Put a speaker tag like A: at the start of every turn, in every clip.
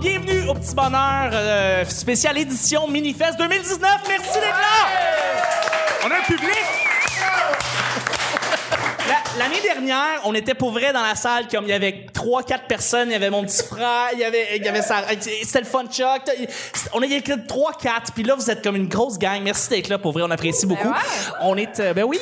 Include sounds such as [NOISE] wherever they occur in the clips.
A: bienvenue au Petit Bonheur euh, spécial édition Minifest 2019. Merci d'être là! On a un public! La- L'année dernière, on était pour vrai dans la salle, comme il y avait trois, quatre personnes, il y avait mon petit frère, il y avait, il y avait sa- c'était le fun Chuck. On était que trois, quatre, puis là vous êtes comme une grosse gang. Merci d'être là pour vrai, on apprécie beaucoup.
B: ouais.
A: On est, euh, ben oui.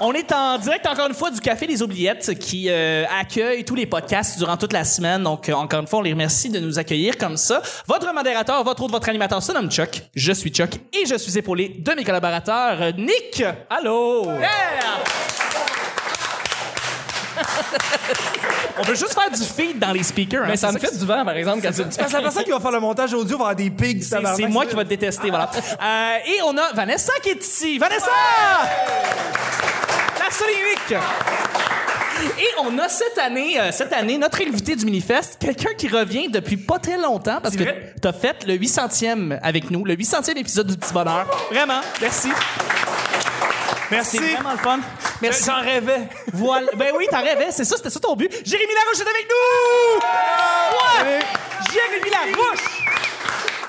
A: On est en direct encore une fois du Café des Oubliettes qui euh, accueille tous les podcasts durant toute la semaine. Donc euh, encore une fois, on les remercie de nous accueillir comme ça. Votre modérateur, votre autre, votre animateur se nomme Chuck. Je suis Chuck et je suis épaulé de mes collaborateurs euh, Nick. Allô. On veut juste faire du feed dans les speakers. hein.
C: Mais ça
A: C'est
C: me fait du vent, par exemple, quand tu le dis.
D: Parce que la
A: [LAUGHS]
D: personne qui va faire le montage audio va avoir des pigs.
A: C'est- C'est moi qui vais te détester, voilà.
C: Ah.
A: Euh, et on a Vanessa qui est ici. Vanessa! La seule et unique. Et on a cette année, euh, cette année, notre invité du Minifest, quelqu'un qui revient depuis pas très longtemps parce que
C: vrai?
A: t'as fait le 800e avec nous, le 800e épisode du Petit Bonheur. Vraiment, merci.
D: Merci.
A: C'est vraiment le fun. Merci.
C: J'en rêvais.
A: Voilà. Ben oui, t'en rêvais, c'est ça, c'était ça ton but. Jérémy Larouche est avec nous! Ouais! Jérémy Larouche!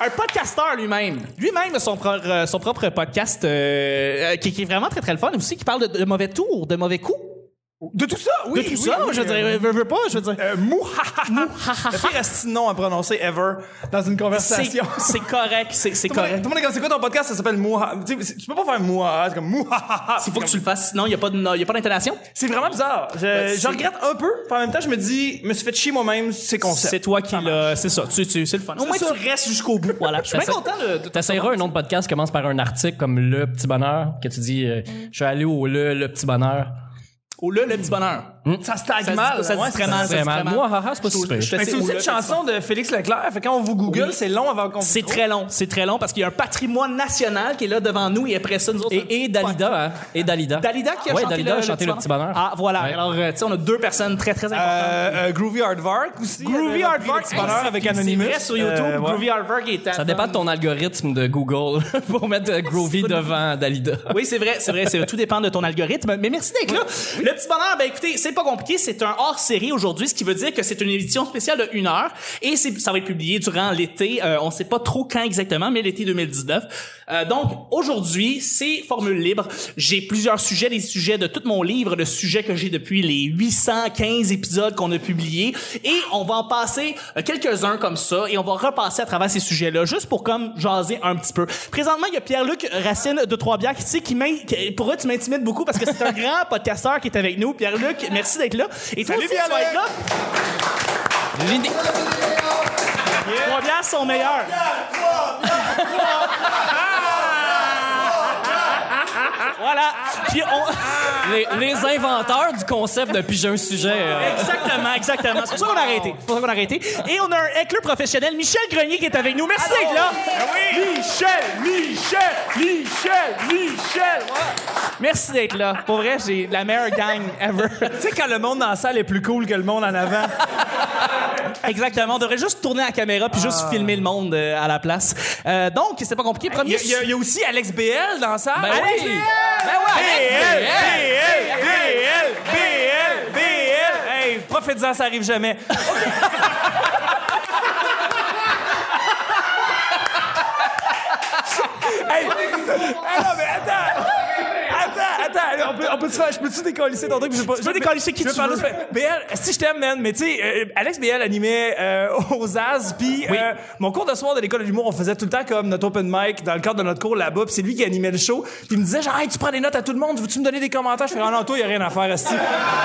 A: Un podcasteur lui-même. Lui-même a son, pro- euh, son propre podcast euh, euh, qui, qui est vraiment très très le fun et aussi qui parle de, de mauvais tours, de mauvais coups.
D: De tout ça, oui.
A: de tout
D: oui,
A: ça,
D: oui,
A: je veux dire,
D: euh,
A: veux, veux pas, je veux dire.
D: euh, mouhaha. Le pire esti de nom à prononcer ever dans une
A: c'est
D: conversation. [LAUGHS]
A: c'est correct, c'est c'est
D: Tout le monde-
A: correct.
D: Tout le monde est comme, c'est quoi ton podcast? Ça s'appelle Mouha. Tu sais, c'est- tu peux pas faire Mouha, c'est comme Mouhaha.
A: Il faut que tu le fasses, sinon il n'y a pas de- y a pas d'intonation.
D: C'est vraiment bizarre. Je,
A: c'est-
D: je regrette un peu, puis en même temps, je me dis, me suis fait chier moi-même ces concepts.
A: C'est toi qui l'as. C'est ça, tu, tu- c'est le fun. Au moins,
D: ça.
A: tu restes jusqu'au bout. Voilà. Je suis bien
C: T'essa-
A: content de, de ta
C: T'essayeras un autre podcast qui commence par un article comme Le Petit Bonheur, que tu dis euh, Je suis allé au Le, Le Petit Bonheur.
A: Au le, le petit bonheur.
D: Ça stagne
A: Ça se-
D: mal.
A: ça se dit
D: ouais,
A: très mal.
C: Vraiment.
A: ça, c'est vraiment-
C: Moi, haha, c'est pas si
A: Je te-
C: pire.
D: Mais c'est
A: Ou
D: aussi
A: le
D: une chanson de Félix Leclerc. Fait que quand on vous Google, c'est long avant qu'on vous
A: C'est
D: trouve.
A: très long, c'est très long parce qu'il y a un patrimoine national qui est là devant nous et après ça, nous autres. on-
C: Et, et Dalida, hein? Et Dalida.
A: Dalida qui a
C: Ouais,
A: chanté,
C: Dalida
A: le,
C: a chanté Le Petit Bonheur.
A: Ah, voilà.
C: Ouais.
A: Alors, euh, tu sais, on a deux personnes très, très importantes.
D: Euh, euh, Groovy Aardvark aussi.
A: Groovy
D: Euh,
A: Hardvark,
D: Petit bonheur avec Anonymous.
A: C'est vrai sur YouTube,
D: Euh, ouais.
A: Groovy Hardvark est
C: Ah, Ça dépend de ton algorithme de Google [LAUGHS] pour mettre euh, Groovy devant Dalida.
A: [LAUGHS] Oui, c'est vrai, c'est vrai, c'est tout dépend de ton algorithme. Mais merci d'être là. Le petit bonheur, ben écoutez, c'est pas compliqué, c'est un hors-série aujourd'hui, ce qui veut dire que c'est une édition spéciale de une heure et c'est, ça va être publié durant l'été. euh, on sait pas trop quand exactement, mais l'été 2019. Euh, donc aujourd'hui, c'est formule libre. J'ai plusieurs sujets, des sujets de tout mon livre, le sujet que j'ai depuis les 815 épisodes qu'on a publiés et on va en passer euh, quelques-uns comme ça et on va repasser à travers ces sujets-là juste pour comme jaser un petit peu. Présentement, il y a Pierre-Luc Racine de Trois-Bières qui, tu sais, qui m'in- qui- pour eux, tu m'intimides beaucoup parce que c'est
D: [LAUGHS]
A: un grand podcasteur qui est avec nous. Pierre-Luc, merci d'être là. Et toi
D: Salut,
A: aussi, tu vas
D: Pierre-Luc!
A: être là. L'idée- Trois-Bières sont meilleurs. Voilà. Puis on...
D: [LAUGHS]
C: Les, les inventeurs du concept de piger un sujet. euh,
A: Exactement, exactement. C'est pour ça qu'on a arrêté. C'est pour ça qu'on a arrêté. Et on a un éclair professionnel, Michel Grenier, qui est avec nous. Merci d'être
D: Ah
A: là.
D: Michel, Michel, Michel, Michel.
A: Merci d'être là. Pour vrai, j'ai la meilleure gang ever.
D: Tu sais, quand le monde dans la salle est plus cool que le monde
A: [LAUGHS]
D: en avant.
A: Exactement. On devrait juste tourner la caméra puis
D: Ah.
A: juste filmer le monde euh, à la place. Euh, donc, c'est pas compliqué.
D: Il y,
A: Premier.
D: a- il y a- il y a aussi Alex BL dans la salle.
C: Ben
A: Allez,
C: oui!
A: BL!
C: Ben ouais!
D: BL, BL, BL, BL, BL. Hey, profite-en, ça arrive jamais. hey, hey, non, mais attends. Attends, attends, on peut, on peut faire, je peux-tu décoller ton truc? Je sais pas- je
A: peux
D: veux-
A: décoller qui
D: je veux
A: tu
D: parler
A: veux.
D: au- BL, si je t'aime, man, mais tu sais, euh, Alex BL animait euh, aux As, puis euh, mon cours de soir de l'école de l'humour, on faisait tout le temps comme notre open mic dans le cadre de notre cours là-bas, puis c'est lui qui animait le show, puis il me disait genre, hey, tu prends des notes à tout le monde, veux-tu me donner des commentaires? Je fais, ah non, toi, y a rien à faire, Asti.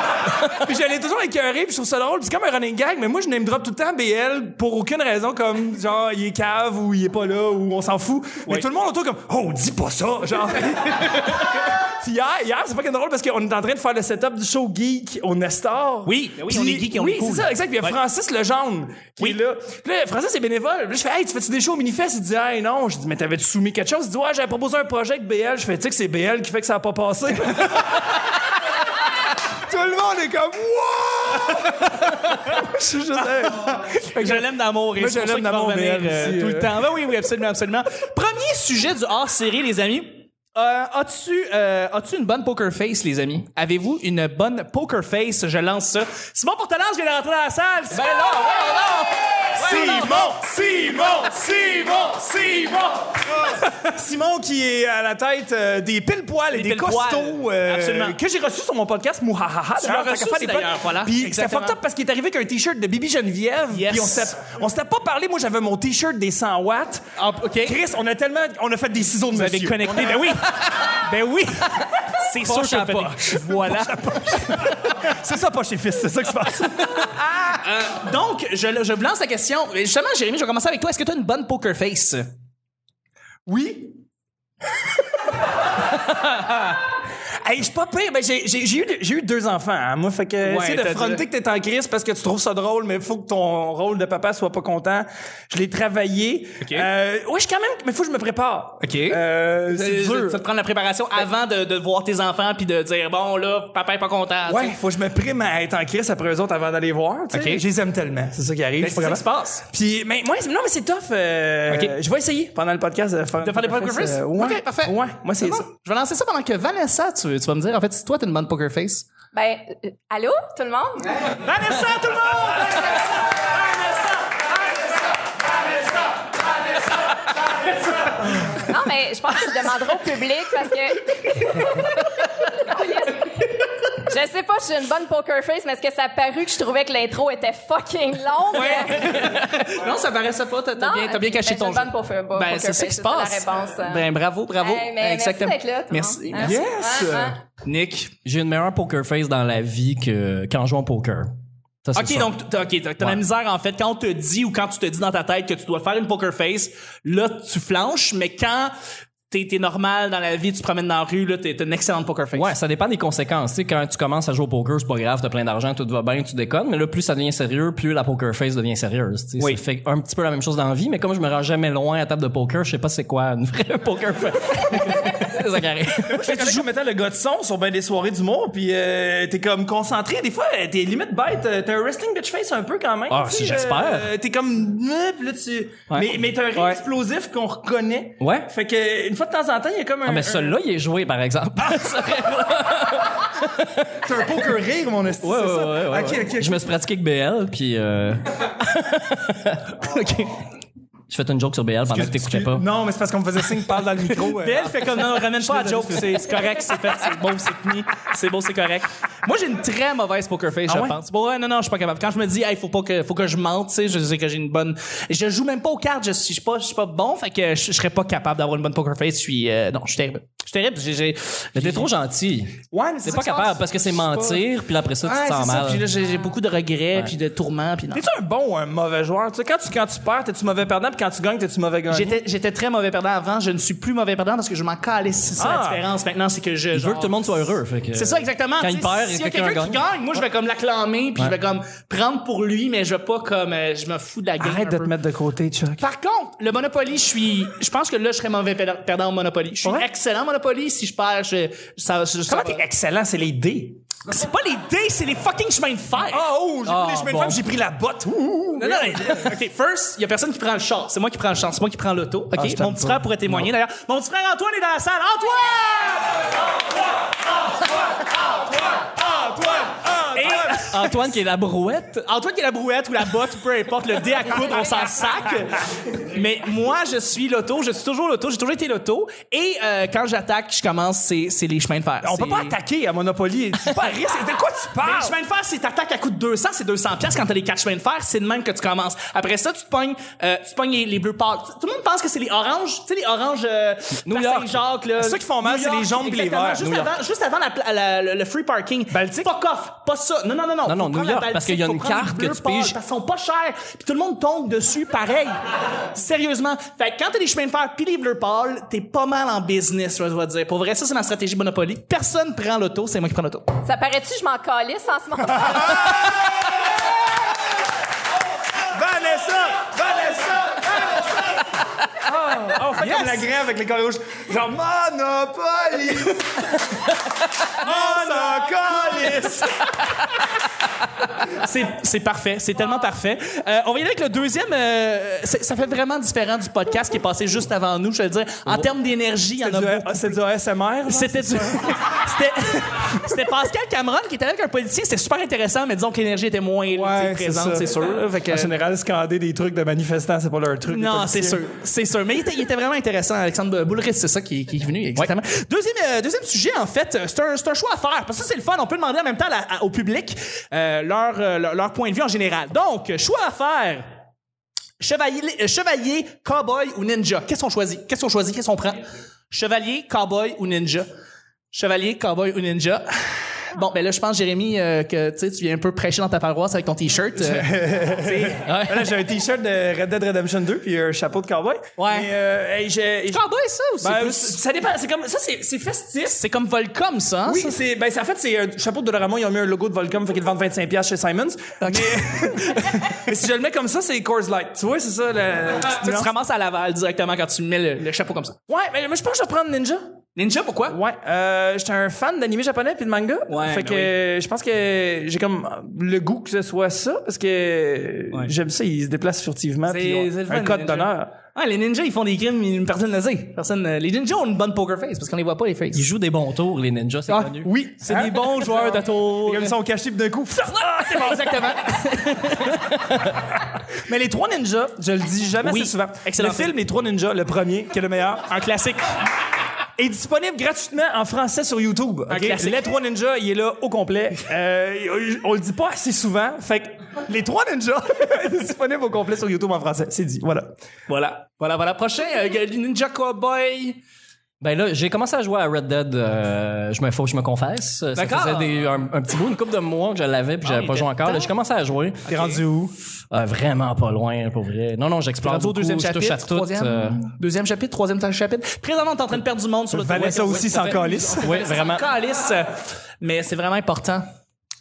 D: [LAUGHS] puis j'allais toujours écœurer, puis je trouve ça drôle, puis c'est comme un running gag, mais moi, je name drop tout le temps BL pour aucune raison, comme genre, il est cave, ou il est pas là, ou on s'en fout. Mais tout le monde autour, comme, oh, dis pas ça,
A: [LAUGHS]
D: genre. Puis hier, hier c'est pas que drôle parce qu'on est en train de faire le setup du show geek au Nestor.
A: Oui, ben oui,
D: Puis-
A: on est geek et on
D: oui,
A: est cool.
D: c'est ça, exact. Puis il y a
A: Ouais.
D: Francis Lejeune qui
A: Oui.
D: est là. Puis là, Francis est bénévole. Puis là, je fais, hey, tu fais-tu des shows au Minifest? Il dit, hey, non. Je dis, mais t'avais-tu soumis quelque chose? Il dit, ouais, j'avais proposé un projet avec BL. Je fais, tu sais que c'est BL qui fait que ça a pas passé. Tout le monde est comme, wow! je suis juste, hey. Fait que
A: Je l'aime d'amour et
D: Moi,
A: c'est
D: je
A: pour ça
D: l'aime
A: qu'il va
D: d'amour,
A: revenir,
D: mais elle
A: euh,
D: aussi,
A: tout le
D: euh.
A: temps. Ben oui, oui, absolument, absolument. Premier sujet du hors-série, les amis. Euh, as-tu euh, as-tu une bonne poker face, les amis? Avez-vous une bonne poker face? Je lance ça. Simon Portelance vient de rentrer dans la salle. Simon!
D: Ben Simon, Simon, Simon, Simon. [LAUGHS] Simon qui est à la tête euh, des pile poils et des,
A: pile poils.
D: costauds euh,
A: Absolument.
D: que j'ai reçu sur mon podcast Mouhahaha.
A: Tu l'as
D: d'ailleurs, tant qu'à
A: reçu
D: faire
A: aussi,
D: des potes.
A: d'ailleurs, voilà.
D: Puis ça
A: Exactement.
D: fucked up parce qu'il est arrivé avec un t-shirt de Bibi Geneviève.
A: Yes.
D: Puis on s'était- on s'était pas parlé. Moi j'avais mon t-shirt des 100 watts.
A: Ah, OK.
D: Chris, on a tellement, on a fait des ciseaux de
A: Vous avez
D: monsieur.
A: connecté. Ben oui! ben oui! C'est sûr que
C: Poche à
A: je le fais.
C: poche.
A: Voilà.
D: [LAUGHS] C'est ça, pas chez fils, c'est ça qui se passe.
A: Donc, je, je vous lance la question. Justement, Jérémy, je vais commencer avec toi. Est-ce que tu as une bonne poker face?
D: Oui. [LAUGHS] hey, je suis pas pire. Ben, j'ai, j'ai- j'ai eu, de- j'ai eu deux enfants. hein, moi, fait que
A: Ouais,
D: essaie de
A: t'as
D: fronter que t'es en crise parce que tu trouves ça drôle, mais faut que ton rôle de papa soit pas content. Je l'ai travaillé.
A: Ok.
D: Euh, ouais, je suis quand même. Mais faut que je me prépare.
A: Ok.
D: Euh, c'est
A: Euh,
D: dur.
A: Ça te prend de la préparation avant de, de voir tes enfants puis de dire bon là papa est pas content.
D: Ouais, faut que je me prime à être en crise après eux autres avant d'aller voir. tu sais.
A: Ok.
D: Je les aime tellement. C'est ça qui arrive.
A: Ben,
D: je
A: c'est
D: suis
A: ça
D: pas
A: qui se
D: capable.
A: passe.
D: Puis, mais moi, c'est- non, mais c'est tough. euh,
A: Ok.
D: Je vais essayer pendant le podcast de faire,
A: De faire des poker face?
D: euh, ouais.
A: Ok, parfait.
D: Ouais, moi, c'est
A: bon.
D: ça.
A: Je vais lancer ça pendant que Vanessa, tu, tu vas me dire en fait si toi t'as une bonne poker face.
B: Ben, euh, allô, tout le monde?
D: Vanessa, tout le monde!
B: Non, mais je pense que je demanderai au public
A: [LAUGHS]
B: parce que. Je sais pas, je suis une bonne poker face, mais est-ce que ça a paru que je trouvais que l'intro était fucking longue?
A: Non, ça paraissait pas. T'as t'as
B: Non,
A: bien, t'as bien
B: ok,
A: caché
B: ben,
A: ton
B: je
A: jeu.
B: me donne pour faire- pour-
A: ben
B: pour
A: c'est
B: que
A: ça qui se
B: c'est ça la
A: passe.
B: réponse, hein.
A: Ben bravo, bravo.
B: Hey, mais
A: Exactement.
B: Merci d'être là. tout le
A: Merci.
B: monde. Hein?
A: merci.
D: Yes!
B: Hein, hein.
A: Nick.
C: J'ai une meilleure poker face dans la vie que quand je joue au poker. Ça, c'est
A: Ok,
C: sûr.
A: donc t'as ok, t'as- t'as la
C: Ouais.
A: misère en fait quand on te dit ou quand tu te dis dans ta tête que tu dois faire une poker face, là tu flanches, mais quand t'es t'es normal dans la vie, tu te promènes dans la rue, là t'es t'as une excellente poker face.
C: Ouais, ça dépend des conséquences. Tu sais, quand tu commences à jouer au poker, c'est pas grave, t'as plein d'argent, tout va bien, tu déconnes. Mais là, plus ça devient sérieux, plus la poker face devient sérieuse. Tu sais,
A: Oui.
C: Ça fait un petit peu la même chose dans la vie, mais comme je me rends jamais loin à table de poker, je sais pas c'est quoi une vraie [LAUGHS] poker face. C'est ça qui [LAUGHS] arrive.
D: Fait que tu joues maintenant le gars de son sur ben des soirées d'humour, puis euh, t'es comme concentré. Des fois, euh, t'es limite bête. euh, T'as un wrestling bitch face un peu quand même.
C: Ah,
D: tu sais,
C: si, j'espère.
D: euh, t'es comme... euh, puis là, tu... Mais, mais t'as un rire
C: Ouais.
D: explosif qu'on reconnaît.
C: Ouais.
D: Fait que une fois de temps en temps, il y a comme un...
C: Ah, mais
D: un-
C: celui-là, il est joué, par exemple. [LAUGHS]
D: T'as un poker rire, mon esti,
C: Ouais,
D: c'est
C: ouais,
D: ça?
C: ouais, ouais,
D: Ok,
C: ouais.
D: ok, ok.
C: Je me suis pratiqué avec BL, puis... Euh... [LAUGHS] OK. Je fais une joke sur BL pendant que t'écoutais pas.
D: Non, mais c'est parce qu'on me faisait signe, parle dans le
C: [LAUGHS]
D: micro. euh.
A: Belle fait comme non, ramène pas à joke, c'est c'est correct, c'est fait, c'est bon, c'est fini, c'est bon, c'est correct. Moi, j'ai une très mauvaise poker face, je
D: ouais?
A: pense. Bon, ouais, non, non, je suis pas capable. Quand je me dis, hey, faut pas que, faut que je mente, tu sais, je sais que j'ai une bonne. Je joue même pas aux cartes, je suis je suis pas, je suis pas bon, fait que je, je serais pas capable d'avoir une bonne poker face. Je suis, euh, non, je suis terrible. Je suis terrible. J'ai, j'ai,
C: Mais t'es trop gentil.
D: Ouais, mais
C: T'es
D: ça
C: pas
D: qui se
C: capable
D: passe.
C: Ah, parce que c'est
D: Je sais pas.
C: mentir, puis là, après ça, tu
A: Ouais,
C: te
A: Ah, c'est
C: sens
A: ça,
C: mal.
A: puis là, j'ai, j'ai beaucoup de regrets, puis de tourments, puis non.
D: T'es-tu un bon ou un mauvais joueur? Tu sais, quand tu, quand tu perds, t'es-tu mauvais perdant, puis quand tu gagnes, t'es-tu mauvais gagnant?
A: J'étais, j'étais très mauvais perdant avant, je ne suis plus mauvais perdant parce que je m'en calisse. C'est ça
D: Ah.
A: la différence maintenant, c'est que je.
C: Je veux que tout le monde soit heureux. fait que-
A: C'est ça, exactement.
C: Quand
A: Tu sais,
C: il perd,
A: s'il y a
C: quelqu'un
A: quelqu'un qui gagne, moi, je vais comme l'acclamer, puis je vais comme prendre pour lui, mais je vais pas comme. euh, je me fous de la game.
D: Arrête
A: un
D: de te
A: peu.
D: mettre de côté, Chuck.
A: Par contre, le Monopoly, je suis. Je pense que là, je serais mauvais perdant- perdant au Monopoly. Je suis
D: Ouais.
A: excellent au Monopoly. Si je perds, je. Ça, je- ça
D: Comment
A: va.
D: t'es excellent, c'est les dés.
A: C'est pas les dés, c'est les fucking chemins de fer.
D: Ah, oh, j'ai
C: Ah,
D: pris les chemins
C: bon.
D: de femme, j'ai pris la botte. Ouh, ouh.
A: Non, non, non. OK, first, il y a personne qui prend le char. C'est moi qui prends le char. C'est moi qui prends l'auto. OK,
D: Ah, je t'aime
A: mon petit
D: pas.
A: frère pourrait témoigner d'ailleurs. Mon petit frère Antoine est dans la salle. Antoine!
D: Ah,
A: Antoine! Antoine!
C: Antoine qui est la brouette.
A: Antoine qui a la brouette ou la botte, peu importe, le dé à coupe, on s'en sac. Mais moi, je suis l'auto, je suis toujours l'auto, j'ai toujours été l'auto. Et euh, quand j'attaque, je commence, c'est c'est les chemins de fer.
D: On peut
A: C'est-
D: pas attaquer à [LAUGHS] Monopoly. C'est pas à risque. De quoi tu
A: Mais
D: parles?
A: Ben, les chemins de fer, c'est t'attaques à coup de 200, c'est 200 pièces quand t'as les quatre chemins de fer, c'est de même que tu commences. Après ça, tu te pognes, euh, tu te pognes les, les bleus pâles. Tout le monde pense que c'est les oranges, tu sais les oranges euh,
C: New
A: place
C: York.
A: Saint-Jacques là.
D: Ceux qui font mal,
A: New
D: c'est
A: York,
D: les jaunes puis les
A: exactement.
D: verts.
A: Juste
D: New York.
A: avant, juste avant la pla- la- le, le free parking.
D: Baltique?
A: Fuck off, pas ça. Non non non non.
C: Non, non,
A: Faut
C: New
A: prendre la
C: York, parce
A: Baltique,
C: qu'il y a
A: faut
C: une
A: prendre les
C: carte que
A: bleus
C: tu
A: pâles,
C: piges.
A: Parce qu'ils sont pas chers. Puis tout le monde tombe dessus pareil. Sérieusement. Fait que quand t'as les chemins de fer puis les bleus pâles, t'es pas mal en business, je dois dire. Pour vrai, ça c'est ma stratégie Monopoly. Personne prend l'auto, c'est moi qui prends l'auto.
B: Ça paraît-tu, que je m'en calisse en
A: [LAUGHS]
B: ce moment?
D: Vanessa! Vanessa! Vanessa! Ah, on fait faire comme la graine avec les carrés rouges. Genre, Monopoly! [LAUGHS] Monocolis!
A: C'est, c'est parfait. C'est tellement parfait. Euh, on va y aller avec le deuxième. euh, c'est- ça fait vraiment différent du podcast qui est passé juste avant nous. Je veux dire, en termes d'énergie, il y en a
D: Du-
A: beaucoup.
D: ah, C'est du ASMR? genre?
A: C'était, du- [LAUGHS] c'était, c'était Pascal Cameron qui était là avec un politicien. C'était super intéressant, mais disons que l'énergie était moins tu sais,
D: Ouais,
A: présente,
D: ça.
A: c'est sûr. là. Fait que-
D: En général, scander des trucs de manifestants, c'est pas leur truc. les
A: non, c'est
D: politiciens.
A: sûr. C'est sûr. Mais il était, il était vraiment intéressant, Alexandre Boulris, c'est ça qui, qui est venu,
C: [LAUGHS]
A: exactement. Deuxième, euh, deuxième sujet, en fait, euh, c'est un, c'est un choix à faire. Parce que ça, c'est le fun. On peut demander en même temps à la- à- au public euh, leur, euh, leur, leur point de vue en général. Donc, euh, choix à faire. Chevalier, euh, chevalier, cowboy ou ninja? Qu'est-ce qu'on choisit? Qu'est-ce qu'on choisit? Qu'est-ce qu'on prend? Chevalier, cowboy ou ninja? Chevalier, cowboy ou ninja? [SIGHS] Bon, ben là, je pense, Jérémy, euh, que tu sais, tu viens un peu prêcher dans ta paroisse avec ton T-shirt. [LAUGHS] euh.
D: Là, j'ai un t-shirt de Red Dead Redemption 2 puis un chapeau de cowboy.
A: Ouais.
D: Mais, euh, hey, j'ai- j'ai-
A: cowboy, ça, ou c'est
D: Ben,
A: plus-
D: ça dépend. C'est comme ça, c'est c'est festif.
A: C'est comme Volcom, ça. hein,
D: Oui,
A: ça?
D: c'est ben c'est- en fait c'est un chapeau de Dollarama, ils ont mis un logo de Volcom, fait qu'ils le vendent 25 chez Simons.
A: [LAUGHS]
D: Mais, mais si je le mets comme ça, c'est Coors Light. Tu vois, c'est ça
A: Tu
D: le
A: te ramasses à Laval directement quand tu mets le, le chapeau comme ça.
D: Ouais, mais moi je pense que je vais prendre Ninja.
A: Ninja, pourquoi?
D: Ouais, euh, j'étais un fan d'animé japonais puis de manga.
A: Ouais,
D: fait
A: ben
D: que euh, je pense que j'ai comme le goût que ce soit ça parce que j'aime ça, ils se déplacent furtivement
A: C'est-
D: puis ils ont
A: c'est le fun,
D: un code
A: Ninja.
D: d'honneur.
A: Ah, les ninjas, ils font des crimes, une personne ne le sait. Personne, euh, les ninjas ont une bonne poker face parce qu'on les voit pas, les faces.
C: Ils jouent des bons tours, les ninjas, c'est
A: Ah,
C: connu.
A: oui, c'est des bons joueurs de tour.
D: Hein? Comme ils sont cachés puis d'un coup.
A: Exactement.
D: Mais les trois ninjas, je le dis jamais
A: Oui,
D: assez souvent.
A: excellent
D: le
A: film.
D: film Les trois ninjas, le premier, qui est le meilleur,
A: Un classique.
D: est disponible gratuitement en français sur YouTube. ok?
A: classique.
D: Les trois ninjas, il est là au complet. Euh, on le dit pas assez souvent. Fait que les trois ninjas, [LAUGHS] est disponible au complet sur YouTube en français. C'est dit. Voilà.
A: Voilà. Voilà, voilà. Prochain, euh, Ninja Cowboy.
C: Ben là, j'ai commencé à jouer à Red Dead, euh, je me faut que je me confesse. Ça
A: D'accord.
C: faisait des- un, un petit bout, une couple de mois que je l'avais puis
A: Ah,
C: j'avais
A: il
C: pas joué
A: était
C: encore. Là,
A: temps.
C: J'ai commencé à jouer.
D: T'es rendu où?
C: Euh, vraiment pas loin, pour vrai. Non, non, j'explore
A: Rendu au
C: beaucoup,
A: deuxième
C: je touche à
A: chapitre,
C: tout.
A: troisième,
C: euh, [LAUGHS]
A: deuxième chapitre, troisième chapitre. Présentement, t'es en train de perdre du monde sur le
D: Vanessa aussi s'en calisse.
C: oui, vraiment.
A: Calice, euh, mais c'est vraiment important.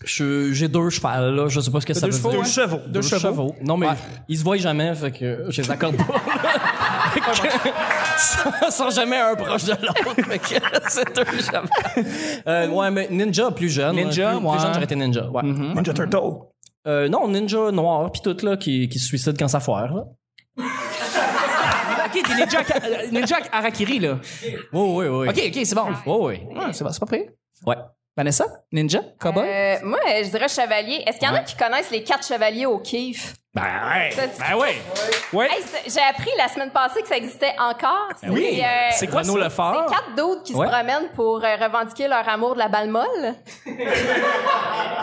C: Je- J'ai deux chevaux, là. Je sais pas ce que ça
A: deux
C: veut
A: chevaux,
C: dire.
A: ouais.
D: chevaux.
C: Deux chevaux. Non, mais ils se voient jamais, fait que je les accorde pas. Fait que- [LAUGHS] sans, sans jamais un proche de l'autre. Fait que [LAUGHS] c'est deux chevaux. Euh, ouais, mais Ninja plus jeune.
A: Ninja,
C: plus, plus
A: ouais.
C: jeune, j'aurais été Ninja. Ouais.
D: Ninja Turtle.
C: Euh, non, Ninja noir, puis tout, là, qui, qui se suicide quand ça foire, là.
A: Ok, t'es Ninja, euh, ninja Arakiri, là.
C: Oui, oui, oui.
A: Ok, ok, c'est bon. Oh,
C: Oui, oui.
A: Ouais, c'est bon, c'est pas pire.
C: Ouais.
A: Vanessa? Ninja? Cowboy?
B: Euh, moi, je dirais chevalier. Est-ce qu'il y en a qui connaissent les quatre chevaliers au kiff?
D: Ben ouais.
B: Ça, c'est-
D: Ben ouais. Ouais.
B: Hey, c'est- J'ai appris la semaine passée que ça existait encore. C'est,
D: oui.
B: euh,
A: C'est quoi
C: Renaud
A: ça?
C: Lefort.
B: C'est quatre d'autres qui
C: Ah! Ouais.
B: se promènent pour euh, revendiquer leur amour de la
C: [LAUGHS]
B: balle molle.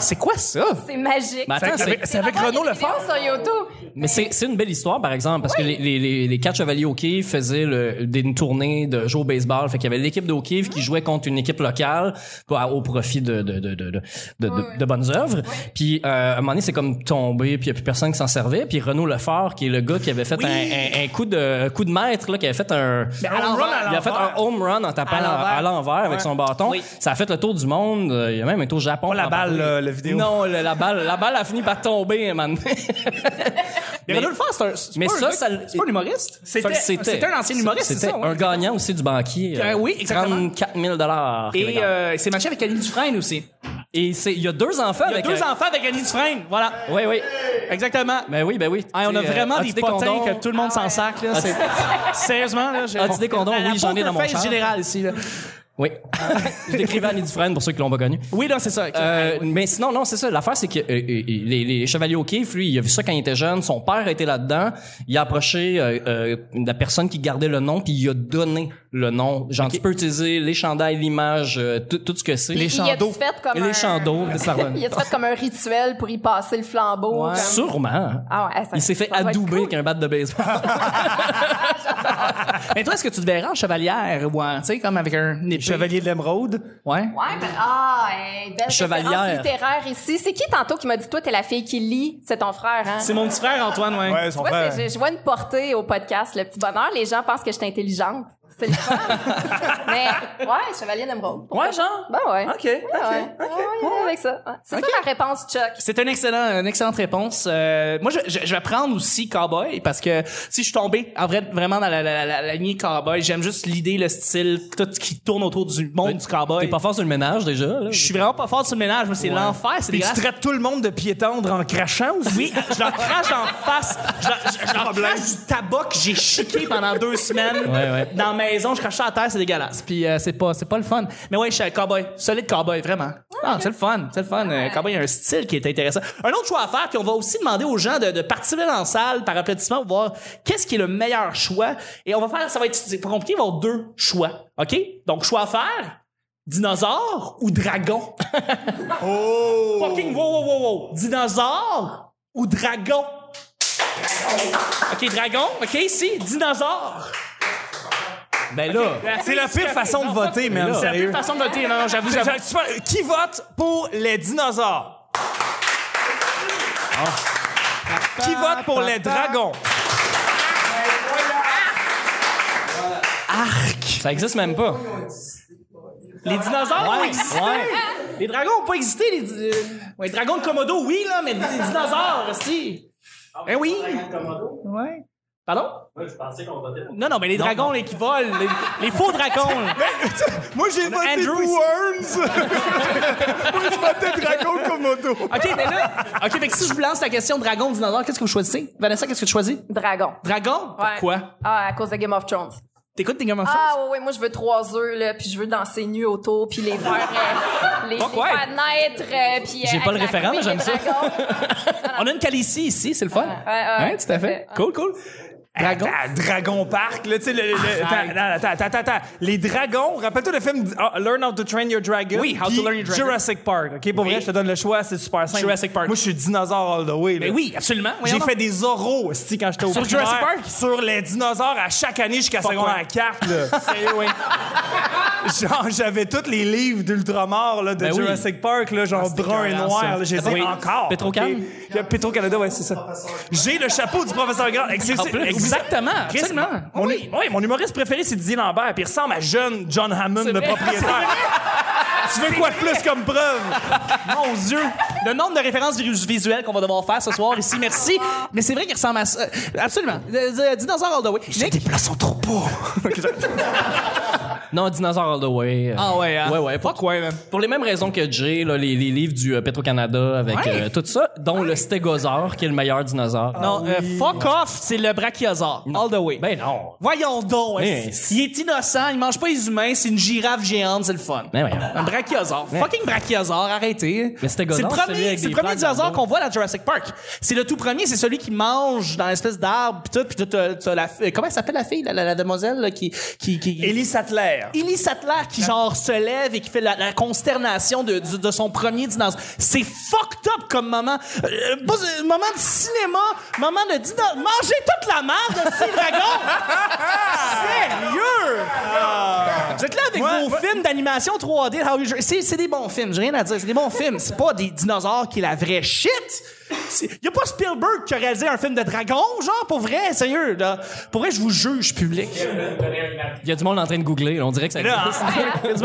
A: C'est quoi ça?
B: C'est magique.
C: Mais attends,
B: C'est-
C: c'est-
D: c'est avec
B: vraiment- il y a
D: Renaud
B: des vidéos sur YouTube.
C: Mais c'est c'est une belle histoire, par exemple, parce que les, les, les, les quatre chevaliers au Kiev faisaient le, des, une tournée de jeux au baseball. Fait qu'il y avait l'équipe de au Kiev qui jouait contre une équipe locale pour- à- au profit de, de, de, de, de, de, de- de bonnes œuvres. Puis euh, à un moment donné, c'est comme tombé, puis il n'y a plus personne qui s'en servait. Puis Renaud Lefort, qui est le gars qui avait fait un, un, un coup de un coup de maître, là, qui avait fait un...
D: un Ben, home run à
C: il a fait un
D: l'envers.
C: home run en tapant à l'envers avec son bâton.
A: Oui.
C: Ça a fait le tour du monde. Euh, Il y a même un tour au Japon.
D: Pas la
C: en
D: balle,
C: parler.
D: là, la vidéo.
C: Non, le- la balle, la balle a fini par tomber, man.
D: [LAUGHS]
A: Mais Renaud Lefort, c'est un. c'est
C: mais
A: pas un
C: ça,
A: gars-
C: ça-
A: C'est pas un humoriste?
D: C'était-
A: C'était c'était un ancien humoriste, c'est
C: C'était
A: ça? ouais?
C: un gagnant aussi du banquier.
A: Euh, oui, exactement.
C: 34 000 dollars.
A: Et euh, il s'est matché avec Annie Dufresne aussi.
C: et c'est, il y a deux enfants.
A: Il y a
C: avec
A: deux
C: un-
A: enfants avec Annie Dufresne, voilà.
C: Oui, oui.
A: Exactement.
C: Ben oui, ben oui.
A: Hey, on a
C: Tu sais,
A: vraiment
C: euh,
A: des
C: as-tu
A: potins
C: condoms?
A: que tout le monde s'en sac. Là,
C: [LAUGHS]
A: c'est- Sérieusement, là, j'ai...
C: As-tu des condoms?
A: La- la
C: Oui, j'en ai dans mon
A: poker face
C: char.
A: générale ici, là.
C: Oui. Je décrivais Annie Dufresne pour ceux qui l'ont pas connu.
A: Oui, non, c'est ça. ok.
C: Euh, mais sinon, non, c'est ça. L'affaire, c'est que euh, euh, les, les chevaliers au kiff, lui, il a vu ça quand il était jeune. Son père était là-dedans. Il a approché euh, euh, la personne qui gardait le nom, puis il a donné le nom. Genre, tu peux utiliser les chandails, l'image, euh, tout, tout ce que c'est.
B: Il y a tout fait comme un-
C: Les
B: [LAUGHS]
C: chandails, pardon.
B: Il a fait comme un rituel pour y passer le flambeau. comme-
C: Sûrement.
B: Ah ouais, ça-
C: Il s'est fait
B: ça doit être
C: adouber
B: cool.
C: qu'un bat de baseball.
A: Mais toi, est-ce que tu te verrais en chevalière ou en, tu sais, comme avec un épée?
D: Chevalier de l'émeraude.
A: Ouais.
B: Ouais, ben, ah, hey, belle
C: Chevalière.
B: référence littéraire ici. C'est qui tantôt qui m'a dit, toi, t'es la fille qui lit? C'est ton frère, hein?
A: C'est mon petit frère, Antoine, ouais.
D: Ouais, son
B: Moi,
D: frère.
B: c'est- je, je vois une portée au podcast, le petit bonheur. Les gens pensent que je suis intelligente. C'était le
C: [LAUGHS]
B: fun. Mais, ouais, Chevalier d'Emeraude.
C: Ouais, genre.
B: Ben ouais.
C: OK,
B: Ouais,
C: OK,
B: ouais. Ah
C: OK.
B: Ouais, ouais, avec ça. Ouais. C'est ça ma réponse, Chuck.
A: C'est un excellent, une excellente réponse. Euh, moi, je, je- je vais prendre aussi Cowboy parce que si je suis tombé en vrai, vraiment dans la, la, la, la, la lignée Cowboy, j'aime juste l'idée, le style, tout ce qui tourne autour du monde du
C: T'es
A: Cowboy.
C: pas fort sur le ménage, déjà, là.
A: Je suis vraiment pas fort sur le ménage, mais c'est l'enfer, c'est
D: Puis tu
A: dégueulasse.
D: traites tout le monde de piétendre en crachant aussi.
A: Oui, je leur crache en face. Je leur, je- je leur crache du tabac que j'ai chiqué pendant deux semaines.
C: Ouais, ouais.
A: Dans la maison, je crache ça à terre, c'est dégueulasse. Puis euh, c'est pas, c'est pas le fun. Mais ouais, je suis un cowboy. Solide cowboy, vraiment. Ah, c'est le fun. C'est le fun. Euh, Cowboy, il y a un style qui est intéressant. Un autre choix à faire, puis on va aussi demander aux gens de, de participer dans la salle par applaudissement pour voir qu'est-ce qui est le meilleur choix. Et on va faire, ça va être c'est pas compliqué, il va y avoir deux choix. OK? Donc, choix à faire. Dinosaure ou dragon? Oh! Fucking wow, wow, wow, wow. Dinosaure ou dragon? OK, dragon. OK, ici, dinosaure.
C: Ben là.
D: C'est la pire façon de voter, man.
A: C'est la
D: Sérieux.
A: pire façon de voter. Non, non, j'avoue, j'avoue.
D: Tu fais- Qui vote pour les dinosaures?
A: Ah.
D: Qui vote pour les dragons?
C: Ça existe même pas.
A: Les dinosaures ont existé.
C: Ouais.
A: [LAUGHS] Les dragons ont pas existé. Les, di- euh, ouais, les dragons de Komodo, oui, là, mais les dinosaures aussi.
E: Ah
A: Eh oui. Ouais. Pardon?
E: Moi, je pensais qu'on votait pour
A: Non, non, mais les dragons, les qui volent. Les, les faux dragons. là.
D: Moi, j'ai voté
A: Andrew
D: pour
A: ici.
D: Worms. [LAUGHS] Moi, je votais dragon Komodo.
A: OK, mais là. OK, fait que si je vous lance la question dragon ou dinosaure, qu'est-ce que vous choisissez? Vanessa, qu'est-ce que tu choisis?
B: Dragon.
A: Dragon?
B: Ouais.
A: Pourquoi?
B: Ah, à cause de Game of Thrones.
A: T'écoutes tes gamins
B: Ah ouais, ouais, moi je veux trois œufs là, puis je veux danser nu autour, puis les faire, euh, les, les
A: Pourquoi?
B: faire naître, euh, puis. euh,
C: J'ai pas
B: avec
C: le
B: la
C: référent, mais
B: coupe et
C: j'aime
B: les
A: [LAUGHS]
C: ça.
B: dragons.
A: On a une calicie ici, c'est le fun. Hein,
B: ouais, ouais,
A: tout à fait.
B: tout à fait.
A: Cool, cool. Dragon.
D: Ah, Dragon Park, là, tu sais, le, le- le-
A: Ah,
D: attends, attends, attends, attends, attends. Les dragons, rappelle-toi le film ah, Learn How to Train Your Dragon.
A: Oui, How to
D: puis
A: Learn Your Dragon.
D: Jurassic Park, ok? Pour
A: Oui.
D: vrai, je te donne le choix, c'est super simple.
A: Jurassic Park.
D: Moi, je suis dinosaure all the way, là.
A: Mais oui, absolument. Voyons
D: J'ai
A: donc.
D: fait des oraux aussi quand j'étais au
A: Sur
D: primaire,
A: Jurassic Park?
D: Sur les dinosaures à chaque année jusqu'à
A: Fuck
D: secondaire
A: ouais.
D: 4,
A: [LAUGHS]
D: là. Sérieux, oui. Genre, j'avais tous les livres d'Ultramar, là, de
C: Ben oui.
D: Jurassic Park, là,
A: Ah,
D: genre brun et
C: écœurant,
D: noir.
C: ça.
D: là, J'ai dit
C: Oui.
D: encore.
C: Petro-Can?
D: ok? Il y a Petro-Canada, ouais, c'est ça. J'ai le chapeau du professeur Grant. C'est- c'est-
A: plus,
D: Exactement.
A: oui. Absolument.
D: Mon, oui. mon humoriste préféré, c'est Didier Lambert, puis il ressemble à jeune John Hammond, le
A: vrai. [LAUGHS]
D: propriétaire. tu veux quoi de plus comme preuve? Mon Dieu.
A: Le nombre de références visu- visuelles qu'on va devoir faire ce soir ici, merci. Mais c'est vrai qu'il ressemble à ça. Absolument. Euh, euh, Dinosaure all the way. Nick?
D: sont trop
C: [LAUGHS]
D: beaux.
C: Non, Dinosaur All the Way. euh,
A: Ah ouais, hein?
C: Ouais, ouais. Pour, pour les mêmes raisons que Jay, là, les, les livres du euh, Petro-Canada avec
A: Ouais.
C: euh, tout ça, dont le stégosaure, qui est le meilleur dinosaure.
A: Non,
D: Ah
A: euh, fuck off, c'est le brachiosaure. All the way.
C: Ben non.
A: Voyons donc.
C: Mais-
A: est-ce- Il est innocent, il mange pas les humains, c'est une girafe géante, c'est le fun.
C: Mais Ben voyons.
A: [LAUGHS] Un brachiosaure. Fucking brachiosaure, arrêtez.
C: Mais c'était
A: C'est le
C: Godard, celui
A: premier,
C: avec
A: c'est le
C: des
A: premier
C: plaques
A: dinosaure
C: dans le dos.
A: qu'on voit dans Jurassic Park. C'est le tout premier, c'est celui qui mange dans l'espèce d'arbre pis tout, pis t'as- t'as- t'as la fi- comment elle s'appelle la fille, la, la- la demoiselle là, qui qui qui
D: Ellie Sattler.
A: Ellie Sattler qui genre se lève et qui fait la, la consternation de, du- de son premier dinosaure. C'est fucked up comme moment. Euh, pas- euh, moment de cinéma, moment de dinosaure. Manger toute la merde de ces dragons! Sérieux! Vous êtes là avec
D: Moi,
A: vos
D: moi-
A: films d'animation 3D. How you- C'est c'est des bons films, j'ai rien à dire. C'est des bons films. C'est pas des dinosaures qui est la vraie shit. C'est- Y a pas Spielberg qui a réalisé un film de dragon, genre, pour vrai, sérieux, là. Pour vrai, je vous juge, public.
C: Il y a du monde en train de googler. là, On dirait que ça
D: Là, hein.
C: existe.
A: [LAUGHS] Y a du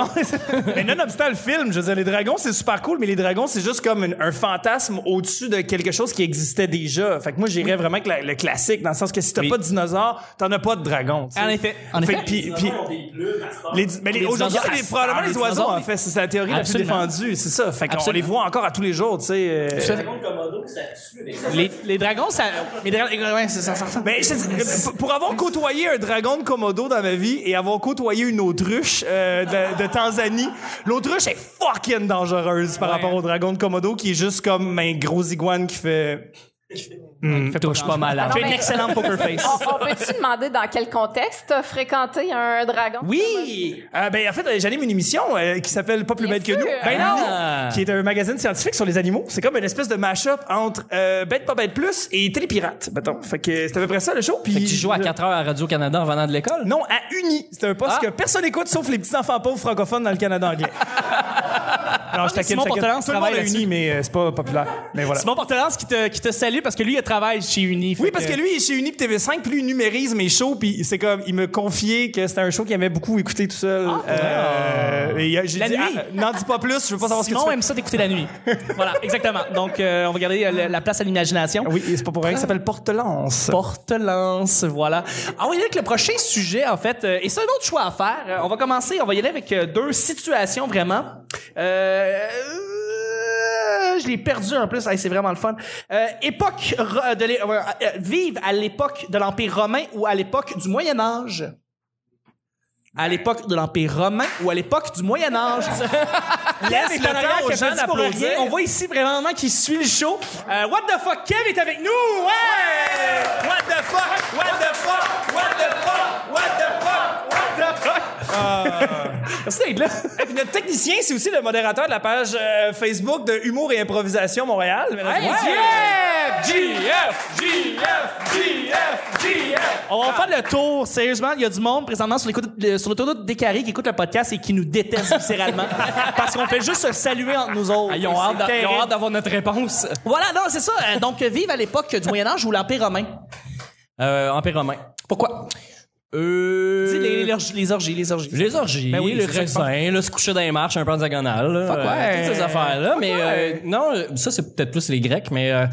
A: monde-
D: mais nonobstant le film, je veux dire, les dragons, c'est super cool, mais les dragons, c'est juste comme une- un fantasme au-dessus de quelque chose qui existait déjà. Fait que moi, j'irais vraiment avec la- le classique, dans le sens que si t'as pas de dinosaures, t'en as pas de dragons. tu sais.
A: En effet. En
D: Fait
A: effet.
D: que puis- puis-
E: des plumes à ce temps.
D: les, di- mais les-
A: Les
D: aujourd'hui,
A: dinosaures,
D: c'est
A: ça-
D: probablement
A: ah,
D: les
A: les
D: oiseaux,
A: dinosaures,
D: en fait. C'est c'est la théorie
A: Absolument.
D: la plus défendue, c'est ça. Fait qu'on
A: Absolument.
D: les voit encore à tous les jours, tu sais. euh,
A: Tout à fait.
E: Comme Commando, ça tue avec ça.
A: Les, les dragons, ça. Mais dra- ouais, ça, ça, ça, ça.
D: Mais je te dis, pour avoir côtoyé un dragon de Komodo dans ma vie et avoir côtoyé une autruche euh, de, de Tanzanie, l'autruche est fucking dangereuse par rapport au dragon de Komodo qui est juste comme un gros iguane qui fait.
C: touche pas mal à
A: J'ai
B: Non,
A: une
B: mais-
A: excellente
C: euh,
A: poker face.
C: ah,
B: On, on peut-tu demander dans quel contexte t'as fréquenté un dragon?
A: Oui!
D: Ah, ben en fait, euh, j'anime une émission euh, qui s'appelle Pas plus
B: Bien
D: bête que
B: sûr.
D: nous. Ben non.
C: Ah.
D: Qui est un magazine scientifique sur les animaux. C'est comme une espèce de mash-up entre euh, Bête pas bête plus et Télépirate, mettons. Fait que c'est à peu près ça le show. Puis
C: Fait que tu joues à 4 heures à Radio-Canada en venant de l'école?
D: Non, à Uni. C'est un poste
C: Ah.
D: que personne n'écoute sauf les petits enfants pauvres francophones dans le Canada anglais. Non, je
A: Ah, Simon
D: taquine, je taquine.
A: Portelance
D: Tout le monde
A: travaille
D: est
A: là-dessus.
D: uni, mais euh, c'est pas populaire. Mais voilà.
A: Simon Portelance qui te, qui te salue parce que lui, il travaille chez Uni.
D: Oui, parce que lui, il est chez Unip TV5, puis lui, il numérise mes shows, puis c'est comme, il me confiait que c'était un show qu'il aimait beaucoup écouter tout seul. Euh, et il a- j'ai
A: Ah, La
D: dit,
A: nuit.
D: ah, n'en dis pas plus, je veux pas savoir ce
A: Simon
D: que tu fais.
A: aime ça d'écouter la nuit. voilà, exactement. Donc, euh, on va garder euh, la- la place à l'imagination.
D: Oui, et c'est pas pour rien, il s'appelle Portelance.
A: Portelance, voilà. Ah oui, avec le prochain sujet, en fait, euh, et c'est un autre choix à faire. Euh, on va commencer, on va y aller avec euh, deux situations vraiment. Euh, euh, je l'ai perdu en plus, Hey, c'est vraiment le fun. Euh, époque ro- de l'é- euh, euh, vivre à l'époque de l'Empire romain ou à l'époque du Moyen Âge. À l'époque de l'Empire romain ou à l'époque du Moyen Âge.
D: [LAUGHS]
A: Laisse
D: le temps aux gens d'applaudir.
A: On voit ici vraiment qui suit le show. Euh, what the fuck, Kev est avec nous. Ouais!
D: What the fuck? What the fuck? What the fuck? What the fuck? What the fuck?
A: Merci d'être là.
D: Et puis notre technicien, c'est aussi le modérateur de la page euh, Facebook de Humour et Improvisation Montréal. mesdames et
A: Hey,
D: messieurs.
A: GF!
D: GF, GF, GF, GF.
A: On va faire le tour. Sérieusement, il y a du monde présentement sur l'écoute- le- sur l'autoroute des Carrés qui écoute le podcast et qui nous déteste [LAUGHS] viscéralement. parce qu'on fait juste se saluer entre nous autres.
C: Ils ont
A: C'est
C: hâte d'a- ils
A: terrible.
C: ont hâte d'avoir notre réponse.
A: Voilà, non, c'est ça. Euh, Donc, vive à l'époque du Moyen-Âge ou l'Empire romain.
C: Euh, Empire romain.
A: Pourquoi?
C: Euh...
A: Tu sais, les, les orgies, les orgies, les orgies.
C: Les orgies,
A: Ben oui, c'est
C: le
A: ça que je
C: raisin, là, se coucher dans les marches un peu en diagonale. là,
A: Fuck
C: euh,
A: ouais.
C: Toutes ces affaires-là. mais euh, non, euh, ça, c'est peut-être plus les Grecs, mais euh,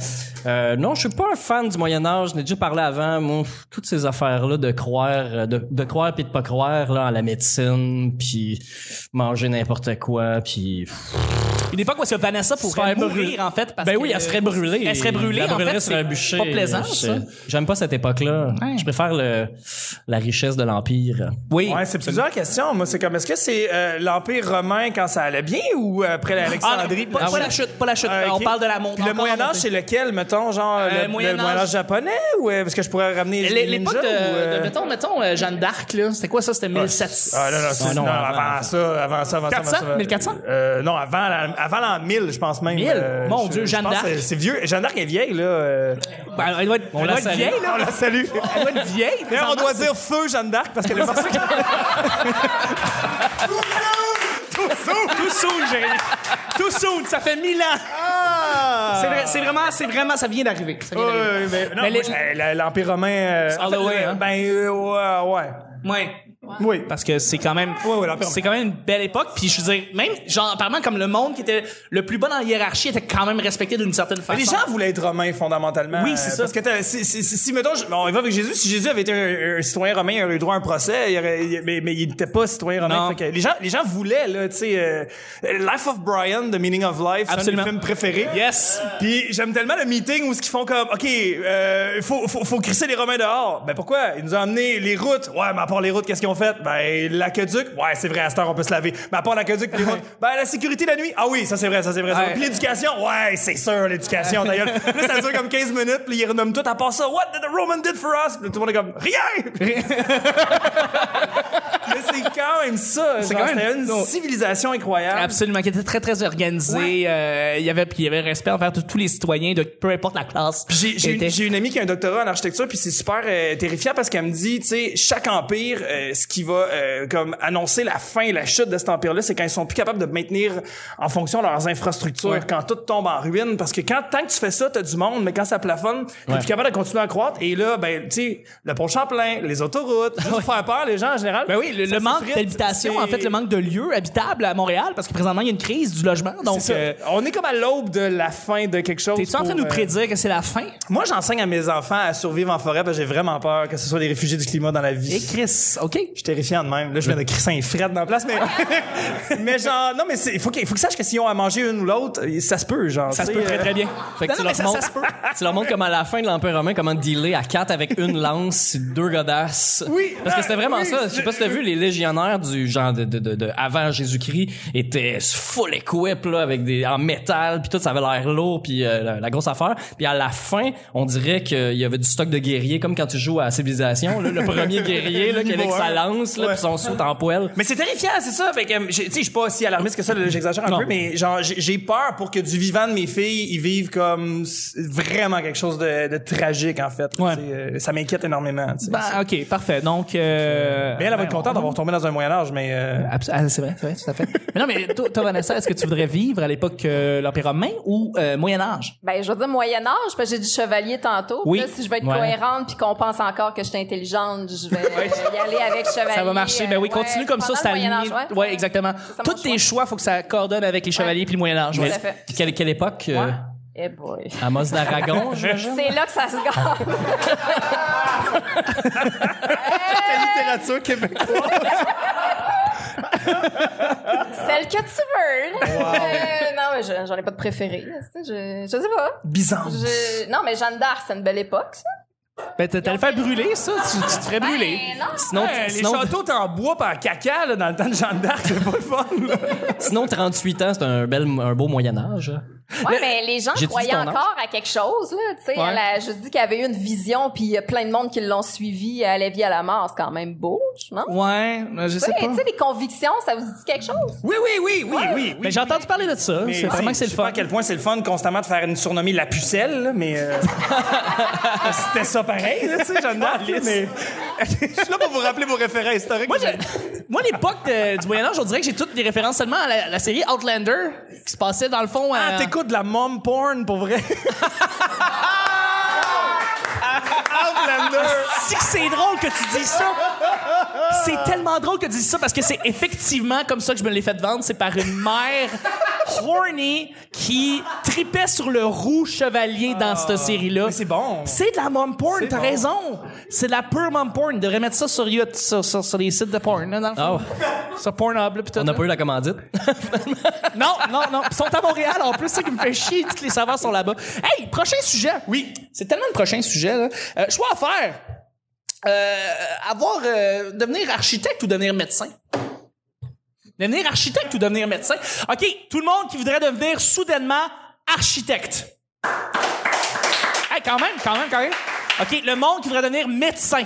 C: euh, non, je suis pas un fan du Moyen-Âge. Je n'ai déjà parlé avant. Moi, pff, toutes ces affaires-là de croire, euh, de, de croire puis de pas croire là, à la médecine, puis manger n'importe quoi, puis... pff,
A: Une époque où est-ce que Vanessa pourrait
C: se faire
A: mourir,
C: brûler.
A: en fait. Parce
C: ben
A: que-
C: oui, elle serait brûlée.
A: Elle serait brûlée,
C: Elle
A: en fait.
C: sur un bûcher.
A: C'est pas plaisant,
C: Je-
A: ça.
C: J'aime pas cette époque-là. Je préfère le, la richesse de l'Empire.
A: Oui.
D: Ouais, c'est plusieurs questions. Moi, c'est comme, est-ce que c'est euh, l'Empire romain quand ça allait bien ou euh, après
A: Ah,
D: l'Alexandrie?
A: non, pas, pas la chute, pas la chute.
D: Ah,
A: On
D: ok.
A: parle de la montagne.
D: Puis le Moyen-Âge, c'est lequel, mettons, genre le- le,
A: Euh, Moyen Âge.
D: Moyen-Âge japonais? Ou, euh, parce que je pourrais ramener les
A: L'é- L'époque de,
D: ninjas, ou, euh,
A: de- mettons, mettons euh, Jeanne d'Arc, là, c'était quoi ça? C'était 1700.
D: Ah, non, non, c'est-
C: Ah, non,
D: non,
C: avant,
D: avant,
C: avant.
D: ça, avant ça, avant ça, avant
A: 400?
D: ça.
A: 1400?
D: Euh, non, avant, la- avant l'an 1000, je pense même. euh,
A: 1000? Mon
D: je-
A: Dieu,
D: je
A: Jeanne
D: pense
A: d'Arc.
D: que C'est vieux. Jeanne d'Arc est vieille, là. euh.
A: Ben, elle doit être, elle
C: la
A: doit être
C: salue.
A: vieille, là.
D: On la salue.
A: [LAUGHS] Elle doit être vieille.
D: D'ailleurs, on doit
A: présentement.
D: dire feu Jeanne d'Arc parce qu'elle est morte.
A: Tout soon, Jérémy. Tout soon, ça fait mille ans.
D: Ah! Oh,
A: C'est vrai- C'est vraiment, c'est vraiment, ça vient d'arriver. Ça vient
D: Ouais,
A: d'arriver.
D: ouais, mais, non,
A: Mais
D: moi,
A: les-
D: j'ai- la- l'Empire romain. euh,
A: all the
D: en fait,
A: way,
D: euh,
A: hein?
D: Ben, euh, ouais, ouais.
A: Ouais.
D: Oui.
A: Parce que c'est quand même,
D: Ouais, ouais, la
A: c'est quand même une belle époque. Puis je veux dire, même, genre, apparemment, comme le monde qui était le plus bon en hiérarchie était quand même respecté d'une certaine façon.
D: Mais les gens voulaient être romains fondamentalement.
A: Oui, c'est
D: euh,
A: ça.
D: Parce que t'as- si, si, si, si, mettons, je- bon, on y va avec Jésus. Si Jésus avait été un, un citoyen romain, il aurait eu droit à un procès. il aurait- il- mais, mais il n'était pas citoyen romain.
A: Non.
D: Fait que les gens, les gens voulaient là, tu sais, euh, Life of Brian, The Meaning of Life, c'est un de
A: Absolument.
D: mes films préférés.
A: Yes.
D: Puis j'aime tellement le meeting où ce qu'ils font comme, ok, euh, faut, faut, faut crisser les Romains dehors. Ben pourquoi Ils nous ont amené les routes. Ouais, mais à part les routes, qu'est-ce qu'ils ont fait Ben l'aqueduc. Ouais, c'est vrai. À cette heure, on peut se laver. Mais à part l'aqueduc,
A: [LAUGHS]
D: les routes. Ben la sécurité la nuit. Ah oui, ça c'est vrai, ça c'est vrai. ça,
A: Ouais.
D: Puis l'éducation. Ouais, c'est sûr, l'éducation
A: [LAUGHS]
D: d'ailleurs. là, ça dure comme 15 minutes. Puis ils renomment tout. À part ça, what did the Roman did for us Puis tout le monde est comme rien. [LAUGHS] mais c'est quand même ça.
A: C'est
D: genre,
A: quand même-
D: C'était une
A: non.
D: civilisation incroyable.
A: Absolument, qui était très très organisé. Euh, il y avait puis il y avait respect envers tous les citoyens de peu importe la classe.
D: Puis J'ai, j'ai,
A: Était-
D: une, j'ai une amie qui a un doctorat en architecture, puis c'est super euh, terrifiant parce qu'elle me dit, tu sais, chaque empire, euh, ce qui va euh, comme annoncer la fin, la chute de cet empire-là, c'est quand ils sont plus capables de maintenir en fonction leurs infrastructures, quand tout tombe en ruine, parce que quand tant que tu fais ça, t'as du monde, mais quand ça plafonne, t'es plus capable de continuer à croître. Et là, ben, tu sais, le pont Champlain, les autoroutes, juste pour faire peur les gens en général.
A: Ben oui, le,
D: ça
A: le manque
D: s'effrite,
A: d'habitation, en
D: c'est-
A: fait, le manque de lieux habitables à Montréal, parce que présentement, il y a une crise du logement.
D: c'est
A: Donc,
D: ça.
A: euh,
D: on est comme à l'aube de la fin de quelque chose.
A: t'es-tu en train de
D: pour,
A: nous
D: euh,
A: prédire que c'est la fin?
D: Moi, j'enseigne à mes enfants à survivre en forêt parce que j'ai vraiment peur que ce soit des réfugiés du climat dans la vie.
A: Et Chris, OK?
D: Je suis terrifiant de même. Là, je viens de crisser un fret dans la [LAUGHS] place, mais, mais genre, non, mais c'est- faut qu'il faut qu'ils sachent que s'ils ont à manger une ou l'autre, ça se peut, genre.
A: Ça se
D: tu sais,
A: peut très,
D: euh,
A: très bien.
C: Fait que
A: Non,
C: tu,
A: non, mais
C: leur
A: ça,
C: montres,
A: ça se peut.
C: tu leur montres comme à la fin de l'Empire romain, comment dealer à quatre avec une lance, deux godasses.
D: Oui,
C: Parce
A: ah,
C: que c'était vraiment
D: oui,
C: ça. Je sais pas si t'as vu, les légionnaires du genre de, de, de, de avant Jésus-Christ étaient full equip, là, avec des, en métal, puis tout, ça avait l'air lourd, puis euh, la, la grosse affaire. Puis à la fin, on dirait qu'il y avait du stock de guerriers, comme quand tu joues à Civilisation, là,
A: [LAUGHS]
C: le premier guerrier, là, qui avait
D: Niveau
C: sa
D: un.
C: lance, là,
D: Ouais.
C: puis son saut en poêle.
D: Mais c'est terrifiant, c'est ça. Fait que, euh, j'ai- tu sais, je suis pas aussi alarmiste que ça, là, j'exagère un peu, mais genre, j'ai j'ai peur pour que du vivant de mes filles, ils vivent comme s- vraiment quelque chose de, de tragique, en fait.
A: Ouais.
D: Tu sais, euh, ça m'inquiète énormément, tu sais.
A: Ben, OK, parfait. Donc, euh,
D: mais elle, elle va être
A: ben,
D: contente d'avoir tombé dans un le Moyen Âge, mais euh,
A: Abs- ah, c'est vrai, c'est vrai, tout à fait. mais non, mais toi, toi, Vanessa, est-ce que tu voudrais vivre à l'époque euh, l'Empire romain ou euh, Moyen Âge?
B: Ben, je veux dire Moyen Âge, parce que j'ai dit chevalier tantôt.
A: Oui.
B: Là, si je veux être
C: Ouais.
B: cohérente puis qu'on pense encore que je suis intelligente, je
A: [LAUGHS]
B: vais euh, y aller avec chevalier.
A: Ça va marcher. Ben oui,
B: euh,
A: continue
B: ouais,
A: comme ça,
B: pendant
A: c'est
B: le Moyen
A: aligné.
B: Âge,
A: Ouais, exactement.
B: ça, mon
A: Tous tes choix, faut que ça coordonne avec les chevaliers puis le Moyen Âge.
B: Tout à
A: ouais.
B: fait.
C: Puis quelle, quelle époque? euh,
B: Eh boy.
C: Amos d'Aragon,
A: [LAUGHS]
C: j'imagine?
B: C'est là que ça se gâte.
F: La littérature québécoise.
B: Celle que tu veux. là. Euh, non, mais je- j'en ai pas de préféré. Je, je sais pas.
A: Byzance.
B: Je- non, mais Jeanne d'Arc, c'est une belle époque, ça.
A: Ben, t'allais le faire brûler, ça. Tu, tu te ferais brûler.
B: Ben, non.
A: Sinon,
D: hey, Eh, les
C: sinon-
D: châteaux, t'es en bois pis en caca là, dans le temps de Jeanne d'Arc, c'est pas le fun. là.
C: Sinon, 38 ans, c'est un, bel, un beau Moyen-Âge.
B: Ouais, mais les gens
C: J'ai-tu dit
B: croyaient
C: ton âge?
B: encore à quelque chose, là. Tu sais,
A: Ouais.
B: elle a juste dit qu'elle avait eu une vision, puis il y a plein de monde qui l'ont suivi à la vie à la mort. C'est quand même beau, non?
A: Ouais, ben, je sais
B: Ouais,
A: pas.
B: tu sais, les convictions, ça vous dit quelque chose?
D: Oui, oui, oui, oui, oui.
A: Mais
D: oui.
A: Ben, j'ai entendu parler de ça. C'est vraiment que c'est le
D: Ben, Je sais pas
A: fun.
D: à quel point c'est le fun constamment de faire une surnommée la pucelle, là, mais euh, [LAUGHS] c'était ça pareil, là, tu sais, Jeanne d'Arc. là, mais
F: Je suis là pour vous rappeler vos référents historiques.
A: Moi, je- moi, l'époque de- du Moyen Âge, on dirait que j'ai toutes des références seulement à la, la série Outlander qui se passait dans le fond. euh,
D: Ah,
A: à-
D: t'écoutes de la mom porn pour [LAUGHS] vrai.
F: Outlander.
A: Si que c'est drôle que tu dis ça. C'est tellement drôle que tu dis ça parce que c'est effectivement comme ça que je me l'ai fait vendre. C'est par une mère horny qui tripait sur le roux chevalier dans cette série-là.
D: Ah. mais c'est bon.
A: C'est de la mom porn,
D: C'est
A: t'as
D: bon.
A: raison. C'est de la pure mom porn. Ils devraient mettre ça sur, Yacht, sur, sur- sur les sites de porn, là, dans
D: Ah
A: le
C: Ah
A: fond. Sur Pornhub, là, pis tout.
C: On
A: là.
C: n'a pas eu la commandite.
A: Non, non, non. Ils sont à Montréal. En plus, c'est ça qui me fait chier. Tous les serveurs sont là-bas. Hey, prochain sujet. Oui. C'est tellement le prochain sujet. Là. Euh, choix à faire. Euh, avoir, euh, devenir architecte ou devenir médecin? Devenir architecte ou devenir médecin? OK, tout le monde qui voudrait devenir soudainement architecte. Hey, quand même, quand même, quand même. OK, le monde qui voudrait devenir médecin.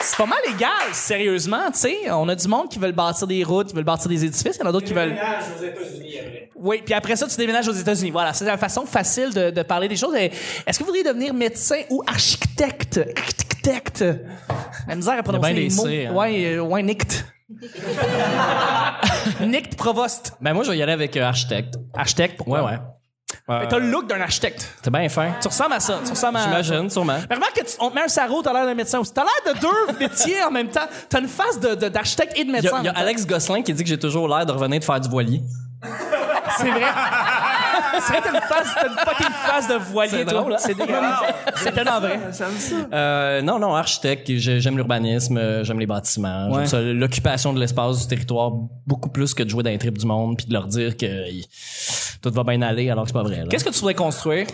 A: C'est pas mal égal, sérieusement, tu sais. On a du monde qui veulent bâtir des routes, qui veulent bâtir des édifices. Il y en a d'autres qui veulent...
E: aux États-Unis après.
A: Oui, puis après ça, tu déménages aux États-Unis. Voilà, c'est la façon facile de, de parler des choses. Et Est-ce que vous voudriez devenir médecin ou architecte? Architecte. La misère à prononcer
C: bien
A: les
C: des
A: mots.
C: C, hein.
A: Ouais, euh, ouais, [LAUGHS] nict. nict provost.
C: Ben moi, je vais y aller avec euh, architecte.
A: Architecte, pourquoi?
C: Ouais, ouais.
A: Mais T'as le look d'un architecte.
C: C'est bien fin.
A: Tu ressembles à ça. Tu ressembles à...
C: J'imagine, sûrement.
A: Mais remarque que tu, on te met un sarreau, t'as l'air d'un médecin aussi. T'as l'air de deux [LAUGHS] métiers en même temps. T'as une face de- de- d'architecte et de
C: Il y,
A: médecin.
C: a- il y a
A: en même temps.
C: Alex Gosselin qui dit que j'ai toujours l'air de revenir de faire du voilier.
A: C'est vrai.
C: [LAUGHS]
A: C'est vrai, t'as une face, t'as une fucking face de voilier,
C: C'est
A: toi.
C: drôle, hein?
A: C'est dégueulasse. C'est tellement vrai.
C: Euh, non, non, architecte. j'ai- J'aime l'urbanisme, euh, j'aime les bâtiments,
A: Ouais.
C: j'aime ça, l'occupation de l'espace, du territoire, beaucoup plus que de jouer dans les tripes du monde puis de leur dire que euh, tout va bien aller alors que c'est pas vrai. là.
A: Qu'est-ce que tu voudrais construire?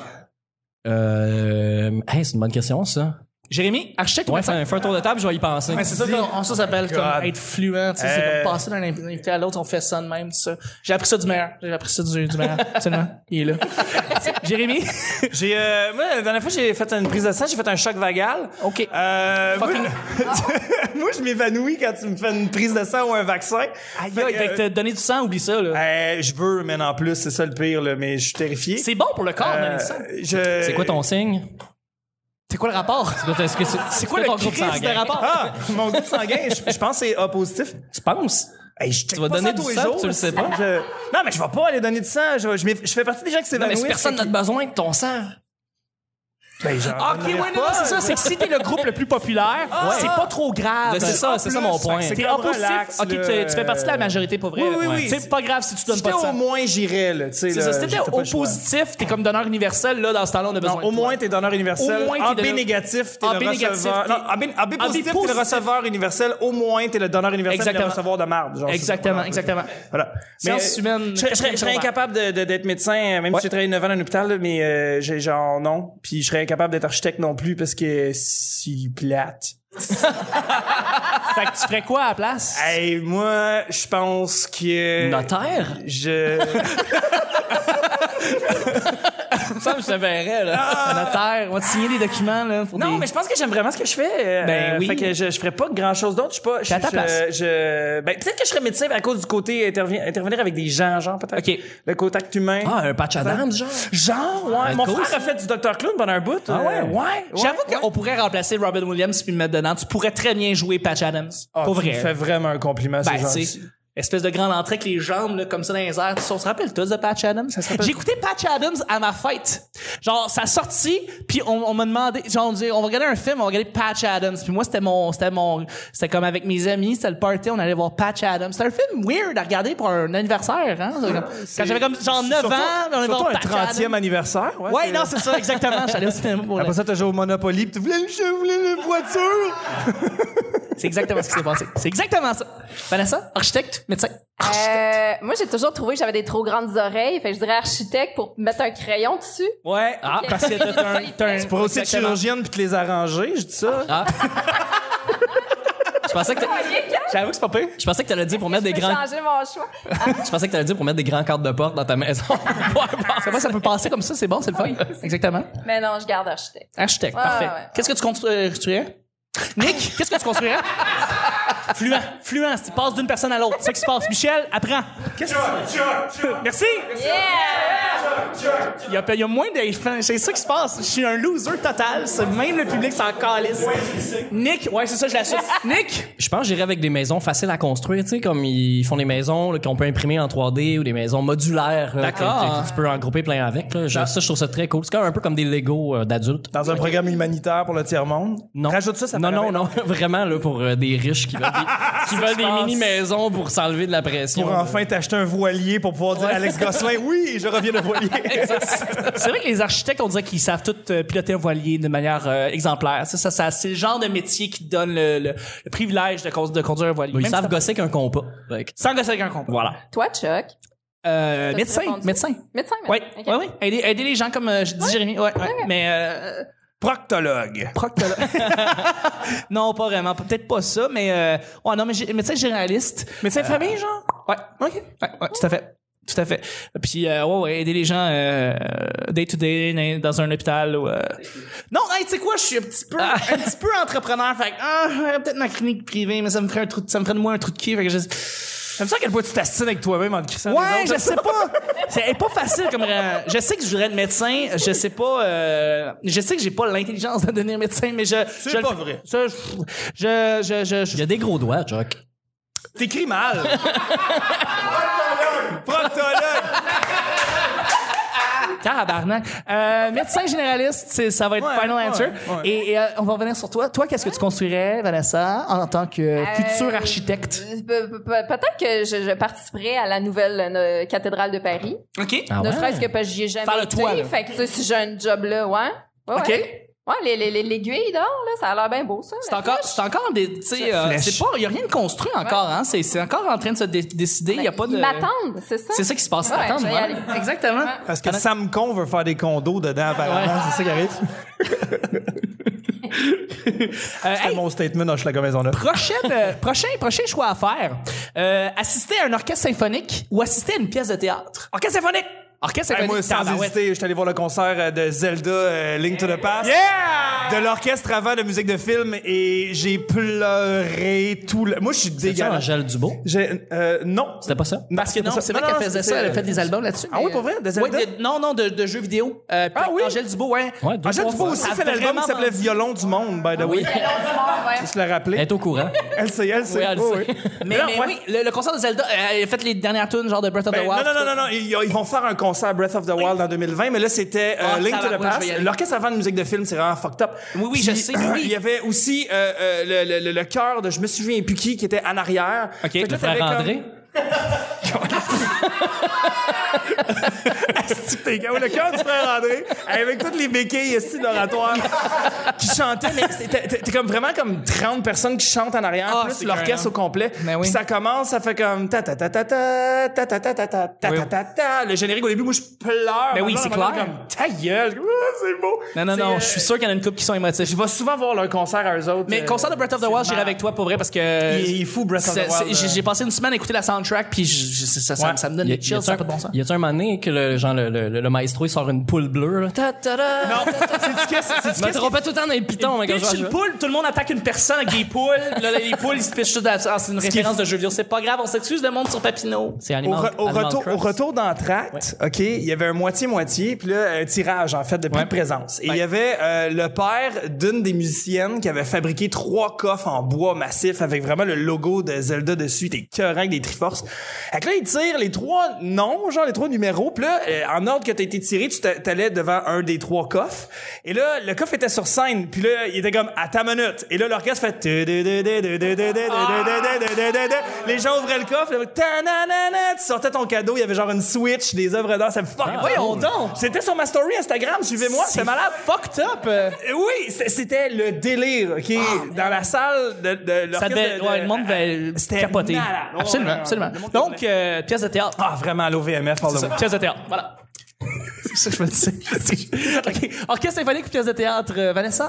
C: Euh, hey, c'est une bonne question, ça.
A: Jérémy, architecte ou
C: Ouais, Oh fais
A: médecin?
C: un, fais un tour de table, je vais y penser.
A: Ouais, c'est ça, qu'on- ça s'appelle comme être fluent. tu sais, C'est
D: Euh.
A: comme passer d'un invité à l'autre, on fait ça de même. tout ça. J'ai appris ça du meilleur. J'ai appris ça du, du [LAUGHS] meilleur. Absolument. Il est là. Jérémy? [LAUGHS]
D: J'ai, euh, moi, la dernière fois, j'ai fait une prise de sang, j'ai fait un choc vagal.
A: OK.
D: Euh, moi,
A: Fucking-
D: [LAUGHS] moi, je m'évanouis quand tu me fais une prise de sang ou un vaccin.
A: Aïe,
D: Fait
A: aïe,
D: que,
A: fait que
D: euh,
A: te donner du sang, oublie ça, là.
D: euh, je veux, mais en plus, c'est ça le pire, là, mais je suis terrifié. Euh,
A: C'est bon pour le corps,
C: Euh,
A: donner du sang.
D: C'est
C: C'est quoi ton signe?
A: C'est quoi le rapport?
C: Est-ce que C'est
A: C'est quoi le
C: c'est ton groupe
A: crise de
C: sanguin?
A: rapport?
D: Ah, mon groupe sanguin, je, je pense que c'est A positif.
C: Tu penses?
D: Hey, je check
C: vas
D: pas
C: donner
D: ça
C: du
D: tous les
C: sang,
D: jours,
C: tu le sais
D: si-
C: pas?
D: je- Non, mais je vais pas aller donner du sang. Je, je, m'é- je fais partie des gens qui
C: Non, mais
D: s'évanouissent.
C: si personne n'a
D: fait
C: de besoin de ton sang.
D: que- Ben, j'en
A: Ah, OK,
D: donnerai
A: ouais, non,
D: pas. Ah.
A: non, c'est ça. C'est que si t'es le groupe le plus populaire, c'est pas trop grave.
C: Ben, c'est ça, c'est ça mon point.
D: c'est
A: T'es
D: comme
A: oppositif.
D: relax,
A: OK, tu
D: là.
A: tu fais partie de la majorité, pour vrai.
D: Oui, oui,
A: Ouais.
D: oui.
A: C'est pas grave si tu donnes
D: Si
A: pas
D: t'es
A: de sang.
D: au moins, j'irais, là. tu sais,
A: C'est ça,
D: là,
A: si t'étais
D: j'étais pas
A: au
D: le choix.
A: positif, t'es comme donneur universel, là, dans ce temps-là, on a besoin
D: Non,
A: de
D: au
A: toi.
D: moins, t'es donneur universel.
A: Au moins, t'es
D: en B
A: donneur-
D: négatif, t'es
A: En
D: le
A: B négatif,
D: receveur.
A: t'es-
D: Non, en B, en B
A: En B
D: positif, t'es
A: positif.
D: le receveur universel. Au moins, t'es le donneur universel. t'es
A: Exactement.
D: le recevoir de marde. genre, c'est ça.
A: Exactement, exactement.
D: Voilà.
A: Sciences
D: euh,
A: humaines,
D: Je serais- je serais je serais incapable de- de- d'être médecin, euh, même si j'ai travaillé 9 ans dans un hôpital, là, mais euh, j'ai genre non. Puis je serais incapable d'être architecte non plus parce que si plate.
A: Fait que tu ferais quoi à la place?
D: Hey, moi, je [LAUGHS] pense que.
C: Notaire?
D: Je.
C: Ça, je te verrais, là.
A: Ah. Notaire, on va te signer des documents, là. Pour
D: Non,
A: des-
D: mais je pense que j'aime vraiment ce que je fais. euh,
A: Ben oui.
D: Fait que je, je ferais pas grand chose d'autre. Je suis pas. Je,
A: à ta
D: je-
A: place.
D: je- ben, peut-être que je serais médecin mais à cause du côté intervi- intervenir avec des gens, genre, peut-être.
A: OK.
D: Le contact humain.
C: Ah, un patch à dames, genre.
D: Genre, ouais.
C: Ben,
D: Mon
C: cool,
D: frère
C: ça.
D: a fait du Dr. Clown pendant un bout.
C: Ah ouais?
D: euh, ouais. ouais.
A: J'avoue qu'on pourrait remplacer Robin Williams puis le mettre dedans. Tu pourrais très bien jouer Patch Adams.
D: Ah,
A: pour
D: tu me
A: vrai.
D: fais vraiment un compliment, ce
A: Ben,
D: genre.
A: tu sais, espèce de grande entrée avec les jambes là, comme ça dans les airs. Tu- On se rappelle tous de Patch Adams? J'ai écouté Patch Adams à ma fête. Genre, ça sortit, puis on, on m'a demandé, genre, on dit, on va regarder un film, on va regarder Patch Adams. Puis moi, c'était mon, c'était mon, c'était comme avec mes amis, c'était le party, on allait voir Patch Adams. C'était un film weird à regarder pour un anniversaire, hein? C'est comme- Quand j'avais comme, genre, 9 ans,
D: Surtout-
A: on allait
D: surtout
A: voir
D: un
A: Patch
D: 30e
A: Adams.
D: anniversaire. Ouais,
A: Ouais, non, c'est ça, exactement.
D: [LAUGHS]
A: J'allais au cinéma pour le-
F: Après ça, t'as joué au Monopoly, pis tu voulais le jeu, voulais la voiture.
A: C'est exactement ce qui s'est passé. C'est exactement ça. Vanessa, architecte,
D: [LAUGHS]
A: médecin.
B: Euh, moi, j'ai toujours trouvé que j'avais des trop grandes oreilles. Fait que je dirais architecte pour mettre un crayon dessus.
A: Ouais. Ah, parce que t'as un, t'as un-
B: Tu
D: Pour aussi être
A: Exactement.
D: chirurgienne puis te les arranger, je dis ça.
C: Je pensais que
A: Ah,
C: t'a-
A: J'avoue que c'est pas pire.
C: je pensais que t'allais dire pour mettre des
B: J'ai
C: grands,
B: changé mon choix.
C: je pensais que t'allais dire pour mettre des grands cadres de porte dans ta maison.
A: Ça va, ça peut passer comme ça, c'est bon, c'est le fun.
D: [LAUGHS]
A: Exactement.
B: Mais non, je garde architecte.
A: Architecte,
B: Ouais,
A: parfait.
B: ouais.
A: Qu'est-ce que tu construirais? Euh,
B: [LAUGHS]
A: Nick, qu'est-ce que tu construirais? fluent, fluent, tu passes d'une personne à l'autre. C'est ça qui se passe. Michel, apprends. Qu'est-ce que Merci.
B: Yeah!
A: Il y a, il y a moins de. C'est ça qui se passe. Je suis un loser total. C'est- Même le public s'en calisse. Nick, ouais, c'est ça, je
B: [LAUGHS]
A: l'assume. Nick,
C: Je pense que j'irais avec des maisons faciles à construire, tu sais, comme ils font des maisons là, qu'on peut imprimer en 3D ou des maisons modulaires. là,
A: D'accord.
C: que- que Tu peux en grouper plein avec. Là. Genre, ça, je trouve ça très cool. C'est comme un peu comme des Lego euh, d'adultes.
D: Dans un programme humanitaire pour le tiers-monde.
C: Non.
D: Rajoute ça, ça
C: Non,
D: fait
C: non,
D: la-
C: non. [LAUGHS] Vraiment, là, pour euh, des riches qui veulent
A: [LAUGHS]
C: des, qui veulent des
A: passe.
C: mini-maisons pour s'enlever de la pression.
D: Pour enfin t'acheter un voilier pour pouvoir dire à Alex Gosselin, oui, je reviens de voilier.
A: C'est vrai que les architectes, on dirait qu'ils savent tous euh, piloter un voilier de manière euh, exemplaire. Ça, ça, ça, c'est le genre de métier qui te donne le, le- le privilège de, con- de conduire un voilier.
C: Ils
A: Même
C: savent
A: si
C: gosser qu'un compas. Fait que-
A: t'as- Sans gosser avec un compte. Voilà.
B: Toi, Chuck.
A: Euh,
B: T'as-tu
A: médecin,
B: répondu?
A: médecin.
B: Médecin,
A: Oui,
B: maintenant.
A: oui,
B: Ok.
A: oui. Aider, aider les gens comme euh, je dis Jérémy. Ouais, ouais. Mais euh,
D: Proctologue.
A: proctologue. non, pas vraiment. Peut-être pas ça, mais euh, ouais, non, mais j'ai- médecin généraliste. Euh,
D: Médecin de famille, genre?
A: Ouais, ok. Ouais, ouais, tout à fait. Tout à fait. Puis, euh, ouais, ouais, aider les gens euh, day to day na- dans un hôpital. ou, euh, Ah. Non, hey, tu sais quoi, je suis un petit peu, un petit peu entrepreneur. Fait que, ah, j'aurais peut-être ma clinique privée, mais ça me ferait un trou, de- ça me ferait de moi un trou de cul. Fait que je...
D: J'aime ça à quel point tu t'assines avec toi-même en te crissant
A: Ouais,
D: des
A: je
D: autres.
A: sais pas. [LAUGHS] C'est pas facile comme. euh, je sais que je voudrais être médecin. Je sais pas. euh, je sais que j'ai pas l'intelligence de devenir médecin, mais je. je le-
F: pas vrai.
A: ça, je, je, je, je- je-
C: Il y a des gros doigts, Jock.
A: [LAUGHS]
D: T'écris mal. Proctologue.
A: Tabarnak. Euh, médecin généraliste, c'est- ça va être
D: Ouais,
A: final
D: ouais,
A: answer.
D: ouais.
A: Et, et, euh, on va revenir sur toi. Toi, qu'est-ce que tu construirais, Vanessa, en tant que futur
B: Euh,
A: architecte?
B: Pe- pe- pe- Peut-être que je, je participerai à la nouvelle euh, cathédrale de Paris.
A: OK.
C: Ah
B: ne
C: ouais?
B: serait-ce que parce que j'y ai jamais
A: Faire le
B: été.
A: toit, là.
B: fait que tu sais, si j'ai un job là, ouais. ouais
A: OK.
B: Ouais, Ouais, les- les- les- l'aiguille d'or, là, ça a l'air bien beau, ça.
A: C'est encore, c'est encore des, tu sais, euh, c'est pas, il y a rien de construit encore, hein. C'est, c'est encore en train de se dé- décider. Il y a pas de.
B: Ils m'attendent, c'est ça?
A: C'est ça qui se passe.
B: hein. Ouais,
A: Attends,
B: je vais y
A: voilà.
B: aller.
A: Exactement.
D: Parce
C: Ah,
D: que Samcon veut faire des condos dedans, apparemment. C'est ça qui arrive.
C: [LAUGHS]
A: Euh,
D: C'est
A: hey,
D: mon statement, dans la maison là.
A: prochaine, euh, prochain, prochain choix à faire. Euh, assister à un orchestre symphonique ou assister à une pièce de théâtre. Orchestre symphonique! Ben, Orchestre
D: Hey,
A: symphonique.
D: moi, sans
A: tabarouette.
D: hésiter, je suis allé voir le concert euh, de Zelda euh, Link to the Past. De l'orchestre avant de musique de film et j'ai pleuré tout le. Moi, je suis
C: C'est ça,
D: dégueulasse.
C: Angèle Dubo?
D: J'ai- euh, non.
C: C'était pas ça?
A: Parce que non, c'est vrai
D: Non,
A: qu'elle
D: non,
A: faisait
D: c'est-
A: ça, elle a fait des albums là-dessus.
D: Ah
A: mais, euh,
D: oui, pour vrai? De Zelda?
A: ouais, de- non, non, de, de jeux vidéo. Euh,
D: Ah oui?
A: Angèle Dubois, ouais.
C: Ouais, deux,
D: Angèle
C: trois
D: Dubois
C: fois.
D: aussi
A: Ça
D: fait
A: a
D: l'album qui
A: vraiment
D: s'appelait
A: vendu.
D: Violon du monde, by the way.
C: Ah, Oui.
B: Et l'autre du monde, ouais.
D: Je te le
C: Elle
D: rappelais.
C: est au courant.
D: Elle sait, elle sait.
C: Oui, elle
D: Oh,
C: sait.
A: Mais,
D: Non,
A: mais
D: ouais.
A: oui, le, le concert de Zelda, euh, elle a fait les dernières tunes, genre de Breath of
D: Ben,
A: the
D: non,
A: Wild.
D: non, non, non, non, Ils, ils vont faire un concert à Breath of the Wild en 2020, mais là, c'était euh,
A: Ah,
D: Link to the
A: tabarouette, je vais
D: Past.
A: y aller.
D: L'orchestre avant de musique de film, c'est vraiment fucked up.
A: Oui, oui, je sais, oui, oui.
D: Il y avait aussi euh, euh, le, le, le, le cœur de Je me souviens plus qui, qui était en arrière. OK,
C: Le frère André?
D: T'es gars, le cœur du frère André, avec toutes les béquilles ici d'oratoire, qui chantait, mais c'était- t'es t'es comme vraiment comme 30 personnes qui chantent en arrière,
A: Ah,
D: plus
A: c'est
D: l'orchestre au complet.
A: Mais oui.
D: Puis ça commence, ça fait comme ta ta ta ta ta ta ta ta ta ta ta ta ta ta. Le générique au début, moi je pleure.
A: Mais Ben oui,
D: Ma blonde,
A: c'est
D: elle me regarde
A: clair.
D: Comme ta gueule, Ah, c'est beau.
A: Non, non,
D: C'est,
A: non,
D: euh,
A: je suis sûr qu'il y en a une couple qui sont émotifs.
D: Je vais souvent voir leur concert à eux autres.
A: Mais
D: euh,
A: concert de Breath of the Wild,
D: c'est
A: j'irai
D: marrant.
A: avec toi pour vrai parce que.
D: Il- il est fou, Breath of the
A: C'est- c'est-
D: Wild,
A: j'ai-
D: euh.
A: J'ai passé une semaine à écouter la soundtrack, puis je- je- ça, ça ça, me- ça me donne des chills, ça n'a pas de bon sens.
C: Y a-tu un moment donné que le, genre, le, le, le- le maestro, il sort une poule bleue, là? Ta, ta, ta,
D: Non, c'est qu'est-ce
C: Je
D: c'est-tu
C: me
D: qu'est-ce-
C: trompais tout le temps dans les pitons, mais quand je
A: Pitch une
C: vois-
A: poule, tout le monde attaque une personne avec des poules. Là, les poules, ils se pitchent tout à- ah, C'est une référence de jeu vidéo. C'est pas grave, on s'excuse le monde sur Papineau.
C: C'est
D: Au,
C: Animal,
D: re- au
C: Animal
D: retour, au
C: Crossing.
D: retour d'entracte, OK, il y avait un moitié-moitié, puis là, un tirage, en fait, de prix de présence. Et il y avait euh, le père d'une des musiciennes qui avait fabriqué trois coffres en bois massif avec vraiment le logo de Zelda dessus, des cœurs avec des Triforce. Fait que là, il tire les trois noms, genre les trois numéros, puis là, euh, en ordre que t'as été tiré, tu t'a- t'allais devant un des trois coffres. Et là, le coffre était sur scène, puis là, il était comme « à ta minute ». Et là, l'orchestre fait... Les gens ouvraient le coffre, là, Ta-na-na-na. tu sortais ton cadeau, il y avait genre une Switch, des œuvres d'art, ça me fuck. Voyons donc! C'était sur ma story Instagram, suivez-moi, c'est malade.
A: Fucked up! euh.
D: Euh, Oui, c'est- c'était le délire, OK? Dans la salle de, de
A: Ça
D: l'orchestre
A: devait,
D: de-
A: ouais,
D: de-
A: le monde devait
D: C'était
A: capoter.
D: malade. Ouais,
A: Absolument,
D: ouais, ouais.
A: absolument.
D: Le monde
A: Donc, euh, pièce de théâtre.
D: Ah, vraiment, l'OVMF, all the way.
A: Pièce de théâtre, voilà. [LAUGHS] C'est ça que je me disais. OK. Orchestre symphonique ou pièce de théâtre, euh, Vanessa?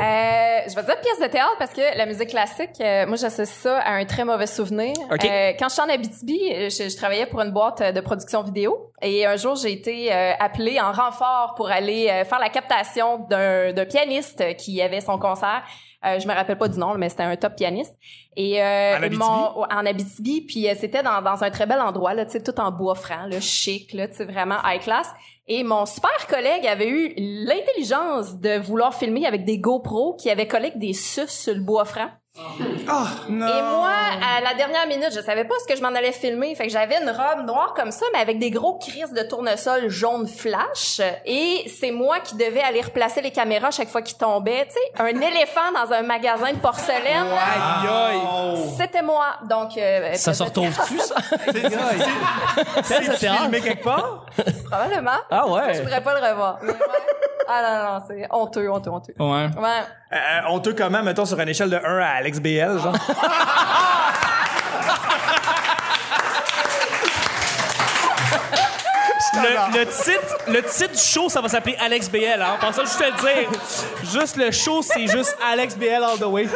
B: Euh, je vais dire pièce de théâtre parce que la musique classique, euh, moi j'associe ça à un très mauvais souvenir.
A: OK.
B: Euh, quand je suis en Abitibi, euh, je, je travaillais pour une boîte euh, de production vidéo et un jour j'ai été euh, appelée en renfort pour aller euh, faire la captation d'un d'un pianiste qui avait son concert. Euh, je me rappelle pas du nom, mais c'était un top pianiste. Et euh,
D: En Abitibi?
B: mon- en Abitibi, puis euh, c'était dans, dans un très bel endroit là, tu sais, tout en bois franc, là, chic, là, tu sais, vraiment high class. Et mon super collègue avait eu l'intelligence de vouloir filmer avec des GoPro qui avaient collé avec des suces sur le bois franc.
D: Ah, non!
B: Et moi, à la dernière minute, je savais pas ce que je m'en allais filmer. Fait que j'avais une robe noire comme ça, mais avec des gros crises de tournesol jaune flash. Et c'est moi qui devais aller replacer les caméras chaque fois qu'ils tombaient. Tu sais, un [LAUGHS] éléphant dans un magasin de porcelaine. là,
D: Aïe, aïe.
B: C'était moi. Donc, euh,
C: Ça se retrouve-tu, ça?
A: Pièce de théâtre.
D: Filmé quelque part?
B: Probablement.
C: Ah
B: Je
C: ouais.
B: voudrais pas le revoir. Mais ouais. Ah non, non, c'est honteux, honteux, honteux.
C: Oh.
A: Ouais.
B: Ouais.
D: Euh, on te comment, mettons, sur une échelle de 1 à Alex BL, genre?
A: Le, le titre, le titre du show, ça va s'appeler Alex BL. Hein? Pense ça, je te le dire. Juste le show, c'est juste Alex BL all the way.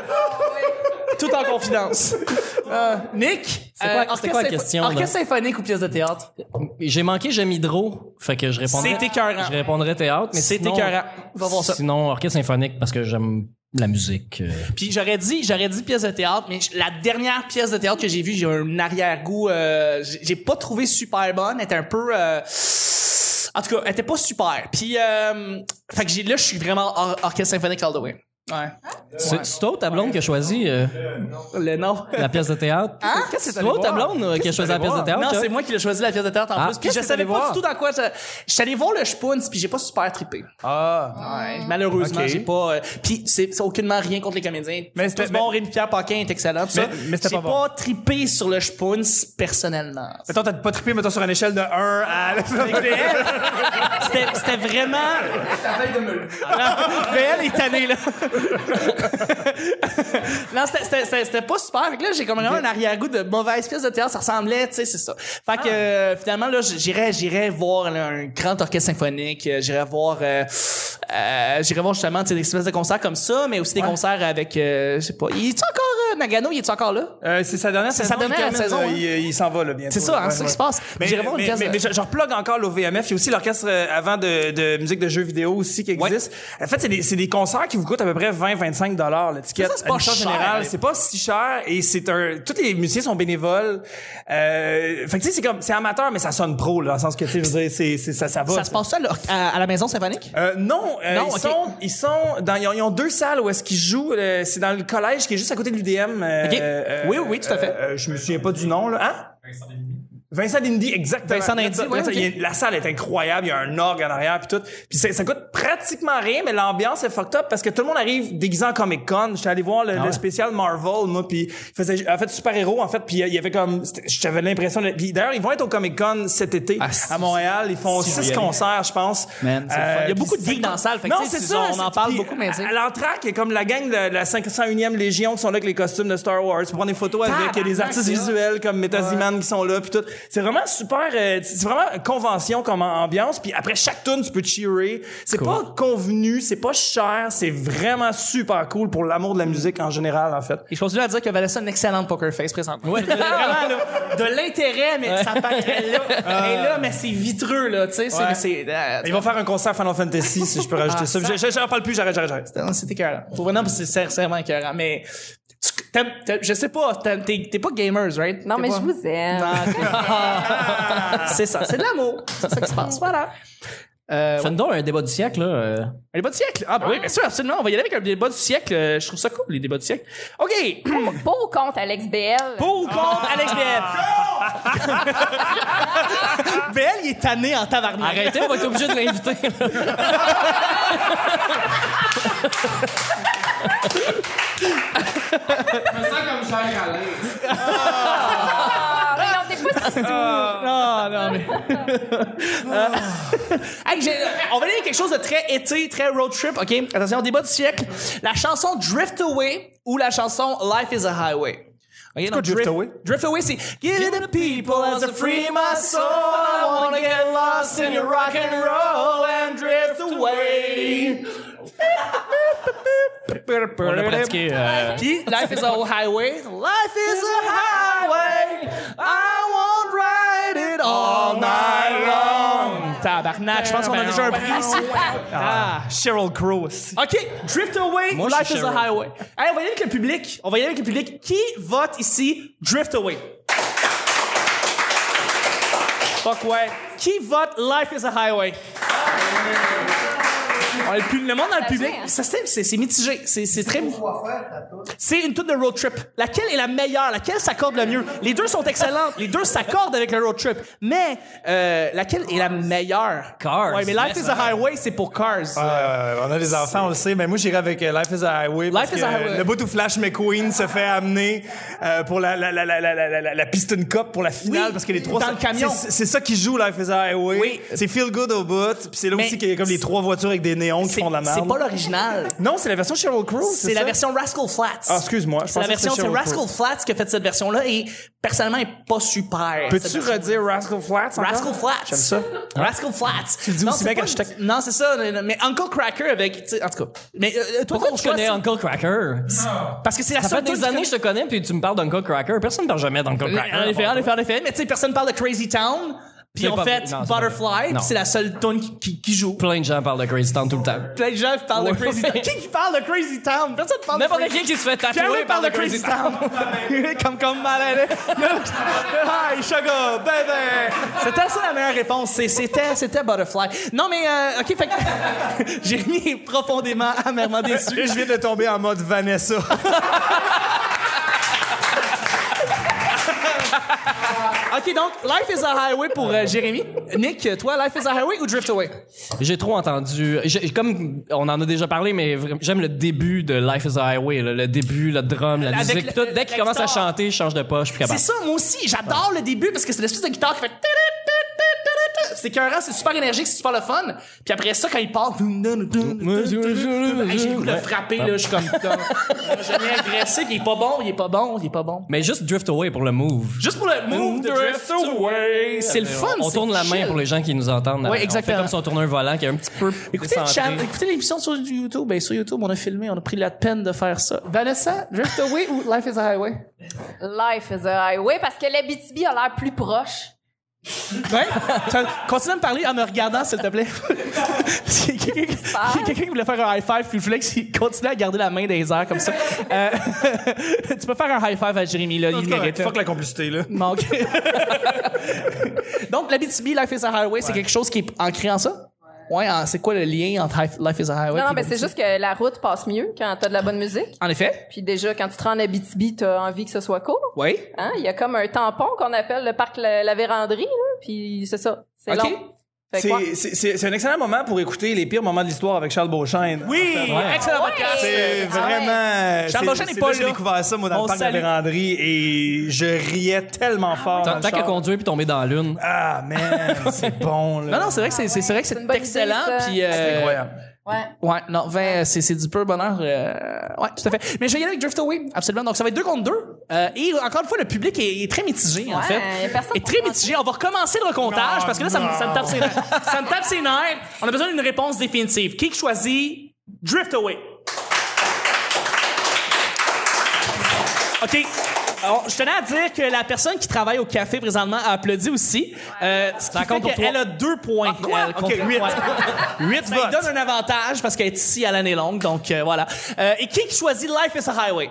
A: Tout en confidence. Euh, Nick,
C: C'est quoi- c'est quoi
A: orchestre
C: la question,
A: sympho-
C: là?
A: Orchestre symphonique ou pièce de théâtre?
C: J'ai manqué, j'aime hydro. Fait que je répondrais.
A: C'est écœurant.
C: Je répondrais théâtre, mais
A: C'est
C: sinon-
A: écœurant. Va voir ça.
C: Sinon, orchestre symphonique parce que j'aime la musique. euh.
A: Puis j'aurais dit, j'aurais dit pièce de théâtre, mais la dernière pièce de théâtre que j'ai vue, j'ai un arrière-goût, euh, j'ai j'ai pas trouvé super bonne, elle était un peu, euh, en tout cas, elle était pas super. Puis, euh, fait que j'ai, là, je suis vraiment or- orchestre symphonique all the way. Hein? Ouais.
C: C'est c'est toi, ta blonde, qui a choisi euh,
A: Le nom. [LAUGHS]
C: la pièce de théâtre?
D: Qu'est-ce que
C: C'est
D: t'allais
C: toi, ta
D: voir?
C: blonde, euh, qui a choisi la
D: allé
C: pièce de
D: voir?
C: théâtre?
A: Non,
C: toi?
A: c'est moi qui l'ai choisi la pièce de théâtre en
C: Ah,
A: plus. Puis
D: qu'est-ce
A: je
D: que
A: savais
D: t'allais
A: pas
D: voir?
A: du tout dans quoi. Je je suis allé voir le Spoons, puis j'ai pas super trippé.
D: Ah.
A: Ouais, Malheureusement,
D: Ok.
A: j'ai pas. euh, Puis c'est c'est aucunement rien contre les comédiens.
D: Mais
A: Mais c'était
D: c'était-
A: bon. Rémi Pierre Paquin est excellent. tout ça.
D: Mais- mais c'était
A: j'ai
D: pas bon.
A: pas trippé sur le Spoons personnellement.
D: Mettons, t'as pas trippé, mettons, sur une échelle de 1 à Alex BL.
A: C'était c'était vraiment. T'as de me le. Mais elle est tannée, là. non, c'était- c'était- c'était c'était pas super. Fait que là, j'ai comme vraiment un arrière-goût de mauvaise pièce de théâtre. Ça ressemblait, tu sais, c'est ça. Fait que euh, finalement, là, j'irais j'irais voir là, un grand orchestre symphonique. Euh, J'irais voir. euh, euh, J'irais voir justement tu sais, des espèces de concerts comme ça, mais aussi des concerts avec. euh, je sais pas. Il est encore. euh, Nagano, il est encore là?
D: Euh, c'est sa dernière saison.
A: sa dernière
D: il termine,
A: saison,
D: euh,
A: hein.
D: Il, il s'en va, là, bientôt.
A: C'est ça, hein,
D: Ouais,
A: c'est ça qui
D: ouais.
A: se passe.
D: Mais,
A: J'irais voir euh. une
D: mais,
A: pièce
D: mais,
A: de-
D: mais je, je replogue encore l'OVMF. Il y a aussi l'orchestre euh, avant de, de musique de jeux vidéo aussi qui existe. En fait, c'est des, c'est des concerts qui vous coûtent à peu près 20-25 dollars l'étiquette.
A: Ça, c'est pas
D: En
A: cher.
D: général, c'est pas si cher et c'est un. Tous les musiciens sont bénévoles. Euh, fait que tu sais, c'est comme c'est amateur, mais ça sonne pro là, dans le sens que tu sais, je veux dire, c'est, c'est- ça, ça va.
A: Ça se passe ça à, à la maison symphonique?
D: Euh, non, euh,
A: Non,
D: ils,
A: ok.
D: sont, ils sont dans ils ont, ils ont deux salles où est-ce qu'ils jouent. euh, c'est dans le collège qui est juste à côté de l'UDM. euh,
A: Ok.
D: euh,
A: Oui, oui, tout à fait.
D: euh, je me souviens pas du nom là. Hein? Vincent Dindy, exactement.
A: Vincent Dindy,
D: Vincent-
A: ouais,
D: Vincent-
A: ok.
D: il y a- La salle est incroyable, il y a un orgue en arrière puis tout. Puis ça, ça coûte pratiquement rien, mais l'ambiance est fucked up parce que tout le monde arrive déguisé en Comic Con. J'étais allé voir le,
A: Ah
D: le spécial Marvel, moi, puis il faisait en fait super héros en fait, puis euh, il y avait comme c'était- j'avais l'impression. de- Puis d'ailleurs ils vont être au Comic Con cet été
A: Ah, si-
D: à Montréal. Ils font
A: si on y
D: six
A: allait.
D: concerts, je pense.
A: Man, c'est le fun. Il y a
D: Euh, puis
A: beaucoup de
D: c'est-
A: geeks dans la salle, fait que,
D: non,
A: tu sais,
D: c'est
A: c'est
D: ça.
A: on en
D: c'est-
A: parle
D: puis
A: beaucoup, mais tu sais.
D: À l'entraque, il y a comme la gang de la 501e Légion qui sont là avec les costumes de Star Wars, pour prendre des photos avec il y a des artistes visuels comme Metaziman qui sont là, puis tout. C'est vraiment super. euh, c'est vraiment une convention comme ambiance. Puis après chaque tune, tu peux cheerer. C'est pas convenu, c'est pas cher, c'est vraiment super cool pour l'amour de la musique en général, en fait.
A: Et je continue à dire que Vanessa a une excellente poker face présentement. Ouais. Vraiment, [LAUGHS] là, de l'intérêt, mais ça paraît là. Et là, mais c'est vitreux, là, tu sais. c'est-
D: Ouais.
A: c'est- euh,
D: Ils vont faire un concert Final Fantasy, si je peux rajouter ça.
A: Ah, ça.
D: Je- je- J'en parle plus, j'arrête, j'arrête, j'arrête.
A: Non, c'est écœurant. Pour vrai, non, parce que c'est sincèrement écœurant. Mais, tu- t'aimes- t'aimes- je sais pas, t'aimes- t'es t'es pas gamers, right?
B: Non,
A: T'es
B: mais
A: pas-
B: je vous aime.
A: Ah, ok. c'est ça, c'est de l'amour. C'est ça qui se
B: [LAUGHS]
A: passe. Voilà. Euh,
C: Fais-nous donc un débat du siècle, là. euh.
A: Un débat du siècle. Ah, bah oui, bien sûr, absolument. On va y aller avec un débat du siècle. Euh, Je trouve ça cool, les débats du siècle. OK.
B: Pour ou contre Alex BL?
A: Pour ou contre Alex BL? BL, il est tanné en tabarnak.
C: [LAUGHS] Arrêtez, on va être obligé de l'inviter. là.
G: Je me sens comme cher à l'aise.
B: Ah, mais non, t'es pas si
A: Non, non, mais. Euh, hey, j'ai- on va aller avec quelque chose de très été, très road trip, OK? Attention, débat du siècle. La chanson Drift Away ou la chanson Life is a Highway? OK, donc,
D: Drift Away?
A: Drift Away, c'est Give it to people as a free my soul. I wanna get lost in your rock and roll and drift away.
C: On a pratiqué. euh,
A: Puis, Life is a highway. Life is a highway. I won't ride it all night long. Tabarnak, je pense qu'on a déjà un
D: Ben
A: prix ici. Ah.
D: Sheryl Crow aussi.
A: OK, Drift Away,
C: Moi, je
A: Life
C: suis
A: is a
C: Cheryl.
A: highway. Hey, on va y aller avec le public. On va y aller avec le public. Qui vote ici Drift Away? Fuck ouais. Qui vote Life is a highway? On a le, pu- le monde dans le public,
B: fait, hein?
A: ça c'est c'est- c'est mitigé, c'est c'est très c'est une toute de road trip. Laquelle est la meilleure? Laquelle s'accorde le mieux? Les deux sont excellentes. Les deux s'accordent avec le road trip. Mais euh, laquelle est la meilleure?
C: Cars. hein.
A: Ouais, mais Life is a Highway, c'est pour Cars.
F: Euh, on a des enfants, on le sait, mais moi j'irai avec euh, Life is a Highway. parce
A: Life is
F: que
A: a Highway.
F: Le bout où Flash McQueen se fait amener euh, pour la, la, la, la, la, la, la, la Piston Cup pour la finale
A: Oui,
F: parce que les trois
A: dans le camion.
F: C'est c'est ça qui joue Life is a Highway.
A: Oui.
F: C'est feel good au bout. Puis c'est là
A: Mais
F: aussi qu'il y a comme les trois voitures avec des néons qui
A: C'est
F: font de la merde.
A: c'est pas l'original.
F: Non, c'est la version Sheryl Crow.
A: C'est la version Rascal Flats.
F: Ah, excuse-moi, je
A: C'est la
F: pensais que
A: version,
F: c'était
A: c'est
F: Sheryl Crow.
A: Rascal Flats qui a fait cette version-là et personnellement, elle est pas super.
F: Peux-tu
A: cette version.
F: redire Rascal Flats? encore?
A: Rascal Flats.
F: J'aime ça. Hein?
A: Rascal Flats. Tu
F: le dis aussi bien qu'hashtag.
A: Non, c'est ça. Mais Uncle Cracker avec, tu sais, en tout cas. Mais euh, toi,
C: Pourquoi
A: ton
C: tu
A: choix,
C: connais
A: c'est-
C: Uncle Cracker?
A: Parce que c'est la
C: Ça fait
A: seule
C: des
A: tune
C: années que je te connais, puis tu me parles d'Uncle Cracker. Personne ne parle jamais d'Uncle Cracker.
A: En effet, en effet, en effet. Mais tu sais, personne parle de Crazy Town. Puis
C: C'est
A: en
C: pas-
A: fait,
C: non, c'est pas-
A: Butterfly, puis
C: non.
A: c'est la seule tune qui, qui- qui joue.
C: Plein de gens parlent de Crazy Town tout le temps.
A: Plein de gens parlent de
C: Ouais.
A: Crazy Town. Qui qui parle de Crazy Town? Personne parle de
C: N'importe
A: Crazy
C: qui qui se fait
A: Jerry
C: tatouer
A: parle de Crazy Town. comme comme malade. Hi, sugar, baby. C'était ça la meilleure réponse. C'est- C'était c'était Butterfly. Non mais euh, ok, fait que j'ai mis profondément amèrement déçu.
F: Là, je viens de tomber en mode Vanessa.
A: Ok donc Life is a Highway pour euh, Jérémy. Nick, toi Life is a Highway ou Drift Away?
C: J'ai trop entendu. j'ai- Comme on en a déjà parlé, mais vra- j'aime le début de Life is a Highway. là. le début, le drum, la
A: Avec
C: musique.
A: le-
C: tout. dès qu'il
A: la
C: commence à
A: guitare.
C: chanter, je change de poche, puis
A: C'est
C: capable.
A: ça moi aussi. J'adore le début parce que c'est l'espèce de guitare qui fait. C'est écœurant, c'est super énergique, c'est super le fun. Puis après ça, quand il part, Hey, j'ai le goût de le frapper, là, je suis comme. Je l'ai agressif, il est pas bon, il est pas bon, il est pas bon.
C: Mais juste Drift Away pour le move.
A: Juste pour le move the drift away, c'est le fun.
C: On
A: c'est
C: tourne la
A: chill.
C: main pour les gens qui nous entendent.
A: Ouais,
C: On
A: exactement.
C: fait comme si on tournait un volant qui est un petit peu.
A: Écoutez, le
C: décentré.
A: chat- écoutez l'émission sur YouTube. Ben, sur YouTube, on a filmé, on a pris la peine de faire ça. Vanessa, Drift Away ou Life is a Highway?
B: Life is a highway parce que l'Abitibi a l'air plus proche.
A: Ouais. Ça- Continue à me parler en me regardant, s'il te plaît. [LAUGHS] Il y a quelqu'un il y a quelqu'un qui voulait faire un high five, puis je voulais qu'il continue à garder la main dans les airs comme ça. Euh, [LAUGHS] tu peux faire un high five à Jérémy, là, il mérite.
F: Fuck la complicité, là.
A: manque. [LAUGHS] Donc, l'Abitibi, Life is a Highway, c'est quelque chose qui est ancré en ça? Ouais, en- c'est quoi le lien entre Hi- Life is a Highway?
B: Non, non,
A: puis
B: mais c'est
A: l'Abitibi?
B: juste que la route passe mieux quand t'as de la bonne musique.
A: En effet.
B: Puis déjà, quand tu te rends en Abitibi, t'as envie que ce soit cool.
A: Oui.
B: Hein? Il y a comme un tampon qu'on appelle le parc La, la Véranderie, là. Puis c'est ça. C'est
A: OK.
B: long. Fait que, ouais.
D: C'est- C'est c'est- c'est un excellent moment pour écouter les pires moments de l'histoire avec Charles Beauchamp.
A: Oui! Excellent
B: Ouais.
A: podcast!
F: C'est
B: Ah ouais.
F: vraiment.
A: Charles
F: c'est-
A: Beauchamp n'est
F: c'est
A: pas
F: J'ai
A: là.
F: découvert ça, moi, dans
A: On
F: le parc de la
A: salue.
F: véranderie et je riais tellement fort. dans
C: Tant
F: le
C: tant qu'à
F: char.
C: conduire puis tomber dans la lune.
F: Ah,
A: [LAUGHS]
F: man, c'est bon, là.
A: Non, non, c'est vrai que c'est, c'est, c'est vrai que
B: C'est
A: c'est,
B: une bonne idée,
A: excellent,
B: ça.
A: puis... euh,
F: C'est incroyable.
B: Ouais.
A: Ouais, ben, non, vingt, euh, c'est, c'est du pur bonheur. euh, ouais, tout à fait. Mais je vais y aller avec Drift Away, absolument. Donc, ça va être deux contre deux. Euh, et encore une fois, le public est, est très mitigé, en
B: Ouais,
A: fait.
B: y a personne
A: Est
B: pour
A: très
B: commenter.
A: mitigé. On va recommencer le recomptage parce que là, ça, me, ça me tape ses nerfs. ça me tape ses nerfs. On a besoin d'une réponse définitive. Qui choisit Drift Away? OK. Alors, je tenais à dire que la personne qui travaille au café présentement a applaudi aussi. Euh, ce qui fait
C: compte pour toi.
A: qu'elle a deux points. Elle compte-
D: OK, huit.
A: Ouais.
D: Huit
A: Ça lui
D: votes.
A: donne un avantage parce qu'elle est ici à l'année longue, donc euh, voilà. Euh, et qui choisit Life is a Highway?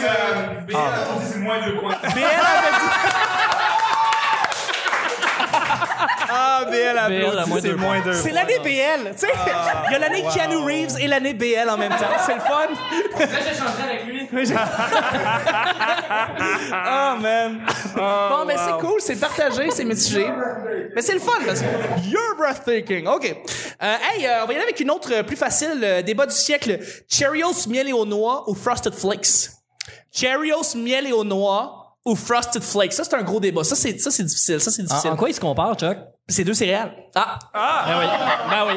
H: c'est moins de points.
D: BL a dit... Ah, BL a
C: BL a
D: applaudi,
C: moins
D: c'est
C: deux
D: moins deux.
A: C'est l'année BL, tu sais. Il y a l'année Keanu Reeves et l'année BL en même temps. C'est le
H: Là,
A: fun.
H: j'ai changé avec lui.
D: Ah, man.
A: bon, mais c'est cool, c'est partagé, c'est mitigé. Mais c'est le fun parce que you're breathtaking. OK. Euh, hey, euh, on va y aller avec une autre euh, plus facile euh, débat du siècle. Cheerios miel et aux noix ou Frosted Flakes? Cheerios miel et aux noix ou Frosted Flakes? Ça c'est un gros débat. Ça c'est ça c'est difficile, ça c'est
C: En,
A: difficile.
C: en quoi ils se comparent, Chuck?
A: C'est deux céréales.
C: Ah! Ah! Ben oui.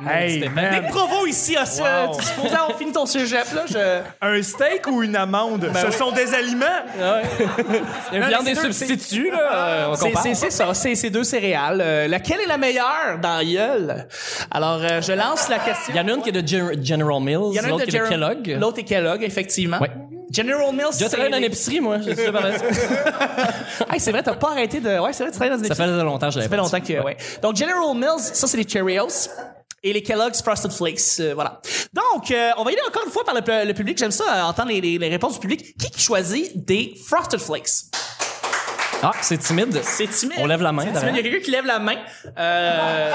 C: Ben oui.
D: Hey, man.
A: Nick Provo ici a ça. Tu supposais avoir fini ton sujet là, je
C: Euh,
D: Un steak ou une amande?
F: Ben
D: Ce sont des aliments.
C: Il y a bien des substituts, là. euh, on
A: Ah, C'est-
C: compare.
A: C'est c'est ça, c'est ces deux céréales. Euh, laquelle est la meilleure dans la gueule? Alors, euh, je lance la question.
C: Il y en a une qui est de Gen- General Mills,
A: une
C: l'autre qui est de
A: Jerem-
C: Kellogg.
A: L'autre est Kellogg, effectivement.
C: Ouais.
A: General Mills.
C: J'ai travaillé dans une
A: c'est- [LAUGHS]
C: épicerie, moi. je sais pas.
A: Hey, c'est vrai, t'as pas arrêté de. Ouais, c'est vrai, tu travailles dans une
C: Ça fait
A: épicerie.
C: longtemps que je
A: Ça fait
C: l'avais pas
A: longtemps
C: dit.
A: que. Ouais. Donc, General Mills, ça, c'est les Cheerios. Et les Kellogg's Frosted Flakes, euh, voilà. Donc, euh, on va y aller encore une fois par le, le public. J'aime ça, euh, entendre les, les- les réponses du public. Qui qui choisit des Frosted Flakes?
C: Ah, c'est timide.
A: C'est timide.
C: On lève la main,
A: C'est timide. Il
C: d'abord.
A: y a quelqu'un qui lève la main. Euh...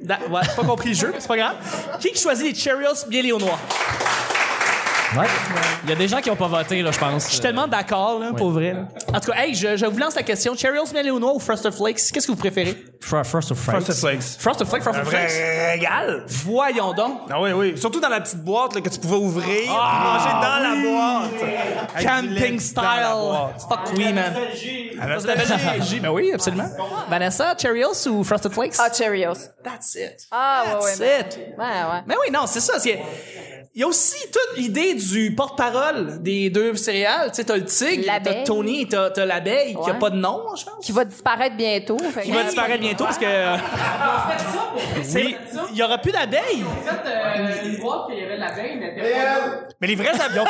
A: da- ouais, j'ai pas compris le jeu, c'est pas grave. Qui qui choisit les Cheerios bien les au noir?
C: Ouais. Il y a des gens qui ont pas voté, là, je pense.
A: Je suis tellement d'accord, là, pour vrai. là. En tout cas, hey, je, je vous lance la question. Cheerios bien les au noir ou Frosted Flakes? Qu'est-ce que vous préférez?
C: First of
D: Frosted Flakes.
A: Frosted Flakes, Frosted
D: Vrai
A: Flakes.
D: régal.
A: Voyons donc.
D: Ah oui, oui. Surtout dans la petite boîte là, que tu pouvais ouvrir et manger dans la boîte.
A: Ah Camping style. Fuck oui,
D: Ah,
A: man.
D: Avec du
A: La
D: lait dans la boîte.
A: Belgique. ben oui, absolument. Vanessa, Cheerios ou Frosted Flakes?
B: Ah, Cheerios.
A: that's it.
B: Ah, ouais, ouais.
A: That's
B: ben-
A: it.
B: Ouais, ouais.
A: Mais oui, non, c'est ça. c'est- Il y a aussi toute l'idée du porte-parole des deux céréales. Tu sais, t'as le tigre, t'as
B: L'abeille.
A: Tony, t'as t'as l'abeille qui a
B: Ouais.
A: pas de nom, je pense.
B: Qui va disparaître bientôt. fait
A: Qui
B: que-
A: va disparaître bientôt parce que. [LAUGHS] C'est- Il y aura plus d'abeilles.
H: En fait, euh, les boîtes qu'il y avait de la veille n'étaient pas là.
D: Mais les vrais avions.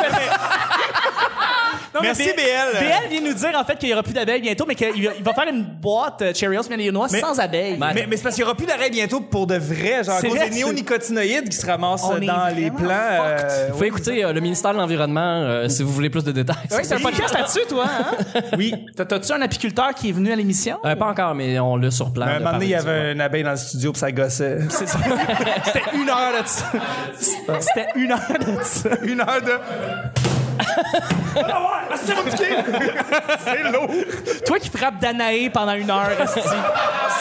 A: Non, mais
D: Merci,
A: B-
D: BL.
A: BL vient nous dire en fait qu'il y aura plus d'abeilles bientôt, mais qu'il va- il va faire une boîte euh, Cheerios Millionois
D: Mais-
A: sans abeilles.
D: mais mais c'est parce qu'il n'y aura plus d'arrêt bientôt pour de vrai. Genre, à
A: C'est
D: cause
A: vrai,
D: des
A: c'est-
D: néonicotinoïdes qui se ramassent
A: On est
D: dans les
A: vraiment
D: plans. euh,
C: Vous pouvez écouter euh, le ministère de l'Environnement euh, si vous voulez plus de détails. Euh,
A: Oui,
C: [LAUGHS]
A: c'est un podcast là-dessus, toi. Hein? [LAUGHS] Oui. T'as-tu un apiculteur qui est venu à l'émission?
C: Euh, pas encore, mais on l'a sur plan.
A: Ben,
D: À un
C: de
D: moment donné, il y
C: parler
D: avait une abeille dans le studio puis ça gossait.
A: C'est ça. C'était une heure de ça. C'était une heure de ça.
D: Une heure de.
A: Ah,
D: C'est C'est lourd!
A: Toi qui frappes Danaé pendant une heure, esti.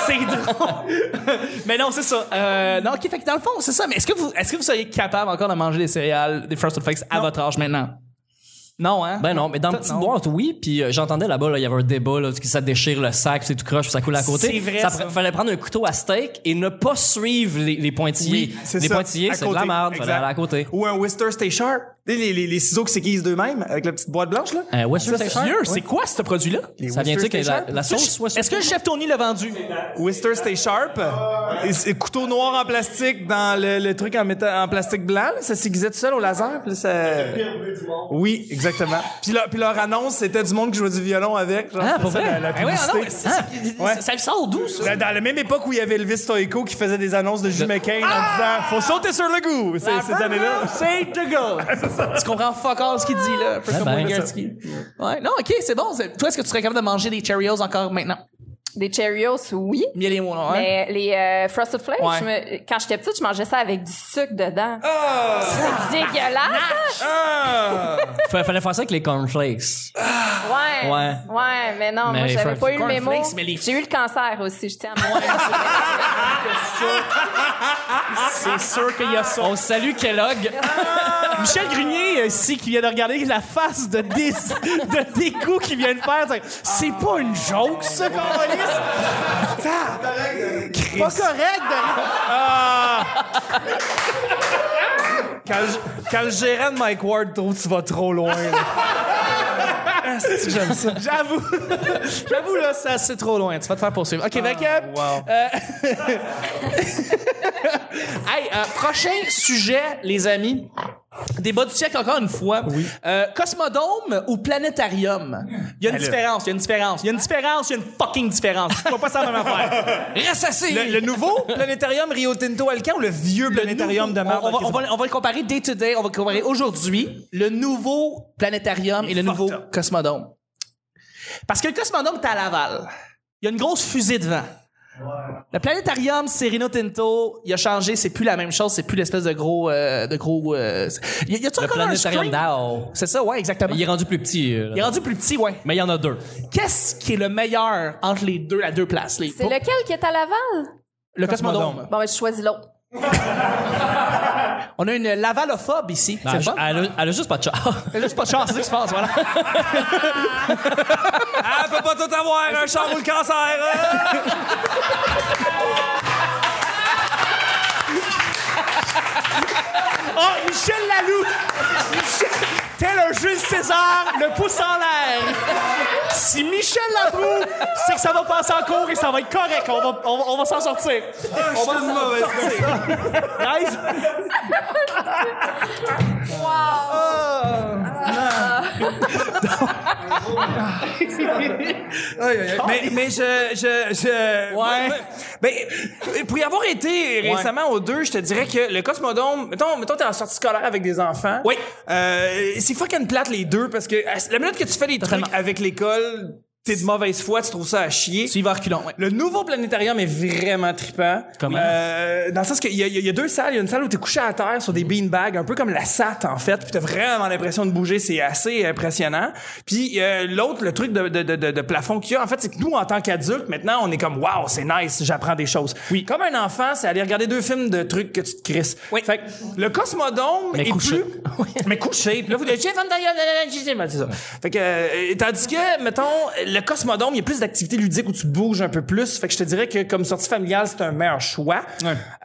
A: c'est drôle. mais non, c'est ça. Euh, non, ok, fait que dans le fond, c'est ça. Mais est-ce que vous, est-ce que vous seriez capable encore de manger des céréales, des Frosted Flakes à votre âge maintenant? Non, hein?
C: du- Ben non, mais dans le petit
A: Non.
C: boîte, oui. Puis euh, j'entendais là-bas, là, il y avait un débat, là, que ça déchire le sac, c'est tout croche, puis ça coule à côté.
A: C'est vrai,
C: Ça,
A: ça.
C: pr- fallait prendre un couteau à steak et ne pas suivre les, les pointillés.
D: Oui, c'est
C: les
D: ça.
C: pointillés,
D: À
C: c'est de la
D: côté.
C: merde. Fallait
D: Exact.
C: aller à côté.
D: Ou un Wister Stay Sharp. Tu sais, Les, les, les ciseaux qui s'aiguisent d'eux-mêmes avec la petite boîte blanche, là.
C: Euh, Worcester
D: Ça,
C: Station?
A: Dieu, c'est quoi ce produit-là?
D: Les
C: Ça vient-tu
D: Worcester
C: que la,
D: Station?
C: la sauce soit
A: Est-ce que le chef Tony l'a vendu?
D: Wister Stay Sharp. Et c'est couteau noir en plastique dans le, le truc en, méta- en plastique blanc. là. Ça s'aiguisait tout seul au laser. Puis là, ça... Oui, exactement. Puis, leur- puis leur annonce, c'était du monde qui jouait du violon avec. Genre,
C: Ah,
D: c'est
C: pour
D: ça,
C: vrai?
D: La, la
A: Ben oui, ah non, mais
D: publicité.
A: c'est- c'est-
D: Ouais.
A: Ça le sort d'où, ça?
D: Dans- dans la même époque où il y avait Elvis Toico qui faisait des annonces de Jim McCain en disant « Faut sauter sur le goût! » ces- ces
A: Ah,
D: années-là.
A: [LAUGHS] C'est de gars. Tu comprends fuck all ce qu'il dit, là. Un peu
C: Ben,
A: comme
C: ben,
A: Wojnarowski. Ouais, non, ok, c'est bon. C'est- Toi, est-ce que tu serais capable de manger des Cheerios encore maintenant?
B: Des Cheerios, oui.
A: Miel et moi, non, hein?
B: Mais les euh, Frosted Flakes,
A: Ouais.
B: je me- quand j'étais petite, je mangeais ça avec du sucre dedans.
A: Ah!
B: C'est dégueulasse! hein?
D: Ah!
C: Fa- Fallait faire ça avec les cornflakes.
B: Ouais.
C: Ouais.
B: Ouais, mais non,
C: Mais
B: moi, j'avais
C: Frosted
B: pas eu le
A: Corn
B: mémo.
A: Flakes, mais les-
B: J'ai eu le cancer aussi, je tiens à moi.
A: C'est sûr qu'il y a ça.
C: On salue Kellogg.
A: Michel Grunier, euh, ici, qui vient de regarder la face de, dé- de dégoût qu'il vient de faire. c'est- C'est pas une joke, ça, qu'on Pas correct, de...
D: Quand le, quand le gérant de Mike Ward trouve tu vas trop loin. là. Ah, c'est-tu que J'aime ça.
A: J'avoue. J'avoue, là, ça, c'est trop loin. Tu vas te faire poursuivre. OK, Vacap.
D: wow.
A: Euh, hey, euh, prochain sujet, les amis. Débat du siècle encore une fois. Euh, Cosmodome ou planétarium? Il y a une différence, il y a une différence, il y a une différence, il y a une fucking
D: [LAUGHS]
A: différence. Tu vois pas ça la même affaire. Reste assis.
D: Le, le nouveau planétarium Rio Tinto Alcan ou le vieux
A: Le
D: planétarium
A: nouveau-
D: de merde?
A: on, on va,
D: Ok,
A: on, va, on va le comparer day to day, on va le comparer aujourd'hui, le nouveau planétarium et le nouveau Cosmodome. Parce que le Cosmodome, t'es à Laval. Il y a une grosse fusée devant. Le planétarium, c'est Reno Tinto. Il a changé, c'est plus la même chose, c'est plus l'espèce de gros, euh, de gros. euh, y a- y a-tu
C: Le
A: encore un
C: planétarium
A: screen?
C: d'Ao.
A: C'est ça, ouais, exactement.
C: Il est rendu plus petit. euh,
A: Il est rendu plus petit, ouais.
C: Mais il y en a deux.
A: Qu'est-ce qui est le meilleur entre les deux, la deux places, les
B: C'est lequel qui est à Laval?
A: le Cosmodome.
B: Bon, ben, je choisis l'autre.
A: On a une lavalophobe ici.
C: Ben,
A: c'est
C: elle,
A: le fun. hein?
C: elle a- elle a juste pas
A: [LAUGHS]
C: de char.
A: Elle a juste pas de chance, c'est ça qui se passe, voilà.
D: Ah, peut pas tout avoir, un char ou le cancer! hein?
A: Oh, Michel Lalou! Michel- Tel un Jules César, le pouce en l'air! Si Michel l'approuve, c'est que ça va passer en cours et ça va être correct. On va, on va- on va s'en sortir.
D: On va une mauvaise personne.
A: Guys? Oh.
D: Mais, mais je, je, je. Ouais. Ben, pour y avoir été récemment aux deux, je te dirais que le Cosmodome, mettons, mettons, t'es en sortie scolaire avec des enfants.
A: Oui.
D: Euh, c'est fucking plate les deux parce que à- la minute que tu fais des trucs
A: Totalement.
D: avec l'école, t'es de mauvaise foi, tu trouves ça à chier.
A: Tu y vas reculons, ouais.
D: Le nouveau planétarium est vraiment trippant.
C: Comment?
D: Euh, dans le sens qu'il y, a- il y a- il y a deux salles. Il y a une salle où t'es couché à terre sur des beanbags, un peu comme la SAT, en fait. Puis t'as vraiment l'impression de bouger. C'est assez impressionnant. Puis euh, l'autre, le truc de, de- de- de- de plafond qu'il y a, en fait, c'est que nous, en tant qu'adultes, maintenant, on est comme « Wow, c'est nice, j'apprends des choses. Oui. » Comme un enfant, c'est aller regarder deux films de trucs que tu te crisses. Oui. Fait que le Cosmodome
C: Mais
D: est
A: [LAUGHS]
C: couché.
D: plus... Mais couché. Puis là, vous dites, J'ai fait une taillade, j'ai dit, ben, c'est ça. Fait que, euh, tandis que, mettons, le Cosmodome, il y a plus d'activités ludiques où tu bouges un peu plus. Fait que je te dirais que comme sortie familiale, c'est un meilleur choix.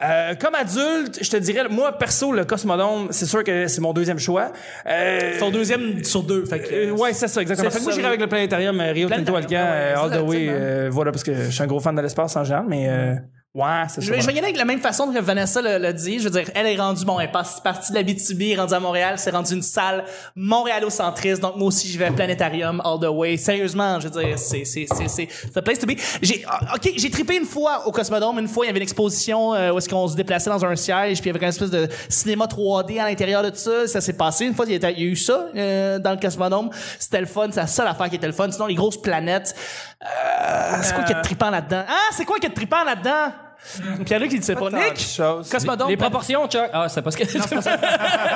D: Euh, comme adulte, je te dirais, moi, perso, le Cosmodome, c'est sûr que c'est mon deuxième choix. Euh,
A: Ton deuxième sur deux, fait que...
D: euh, ouais, c'est ça, exactement.
A: C'est
D: Fait que moi,
A: ça,
D: j'irai
A: oui.
D: avec le planétarium euh, Rio Tinto
A: Planétarium,
D: Alcan, euh, all the way,
B: absolument.
D: euh, voilà, parce que je suis un gros fan de l'espace en général, mais euh, ouais, c'est
A: Je
D: ça.
A: vais, je
D: voilà.
A: vais y aller avec la même façon que Vanessa le- l'a dit. Je veux dire, elle est rendue, bon, elle est pas- partie de la BTB, rendue à Montréal, c'est rendue une salle montréalocentriste. Donc, moi aussi, je vais à Planétarium all the way. Sérieusement, je veux dire, c'est, c'est, c'est, c'est, c'est the place to be. J'ai, ah, OK, j'ai trippé une fois au Cosmodome. Une fois, il y avait une exposition euh, où est-ce qu'on se déplaçait dans un siège, puis il y avait une espèce de cinéma 3D à l'intérieur de ça. Ça s'est passé. Une fois, il y a, il y a eu ça euh, dans le Cosmodome. C'était le fun. C'est la seule affaire qui était le fun. Sinon, les grosses planètes... euh, c'est quoi qui est trippant là-dedans? Ah, c'est quoi qui est trippant là-dedans?
C: [LAUGHS]
A: Pierre-Luc, il ne sait pas.
D: Tant de
A: Nick,
D: choses.
A: Cosmodome.
C: les proportions, Chuck. Ah, c'est parce que. [LAUGHS]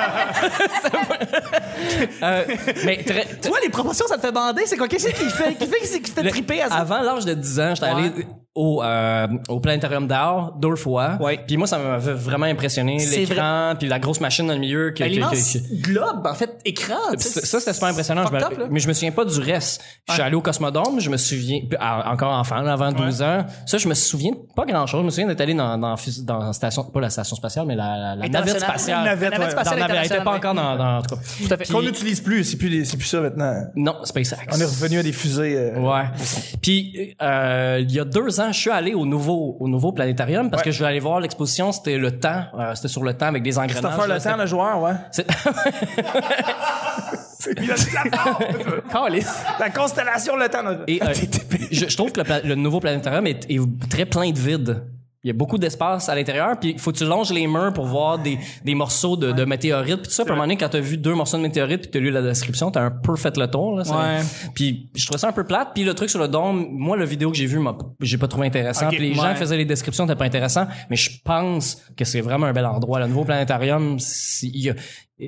C: Euh, mais très.
A: Toi, les proportions, ça te fait bander. C'est quoi? Qu'est-ce qui fait, qui fait, qui fait
C: le-
A: triper à ça?
C: Avant l'âge de 10 ans, j'étais
A: Ouais.
C: allé au, euh, au planétarium d'art deux fois.
A: Ouais.
C: Puis moi, ça m'avait vraiment impressionné.
A: C'est
C: L'écran, puis la grosse machine dans le milieu. Que,
A: Ben,
C: que-
A: L'immense
C: que-
A: globe, en fait, écran. tu
C: Puis
A: sais,
C: Ça, ça, c'était super impressionnant. Je me-
A: fucked up, là.
C: mais je me souviens pas du reste. Je suis allé au Cosmodome, je me souviens, puis, à- encore enfant, là, avant 12 ans. Ça, je me souviens de pas grand chose. Je me souviens d'être allé dans, dans, fus- dans la station, pas la station spatiale, mais la, la, la navette
A: Internationale. La
C: spatiale.
A: navette, ouais.
C: Dans la navette, elle était pas encore dans, dans, en tout cas.
A: Tout à fait.
D: Qu'on n'utilise plus, c'est plus, les- c'est plus ça maintenant.
C: Non, SpaceX.
D: On est revenu à des fusées. euh,
C: Ouais. Puis euh, il y a deux ans, je suis allé au nouveau au nouveau planétarium parce que je voulais aller voir l'exposition. C'était le temps, euh, c'était sur le temps avec des engrenages.
D: Christopher
C: là,
D: Le
C: c'était-
D: Temps, le joueur, ouais. [LAUGHS]
C: C'est-
A: Caliste.
D: La constellation Le Temps. là. [LAUGHS]
C: Et euh, je, je trouve que le, pla- le nouveau planétarium est, est très plein de vide. Il y a beaucoup d'espace à l'intérieur, puis il faut que tu longes les murs pour voir des, des morceaux de, de météorites, puis tout ça. Puis à un moment donné, quand t'as vu deux morceaux de météorites, puis t'as lu la description, t'as un peu fait le tour. Là,
D: Ouais.
C: C'est- Puis je trouvais ça un peu plate. Puis le truc sur le dôme, moi, la vidéo que j'ai vue, m'a- j'ai pas trouvé intéressant.
D: Ok,
C: puis les gens
D: ouais.
C: qui faisaient les descriptions, c'était pas intéressant. Mais je pense que c'est vraiment un bel endroit. Le nouveau planétarium, si- il y a-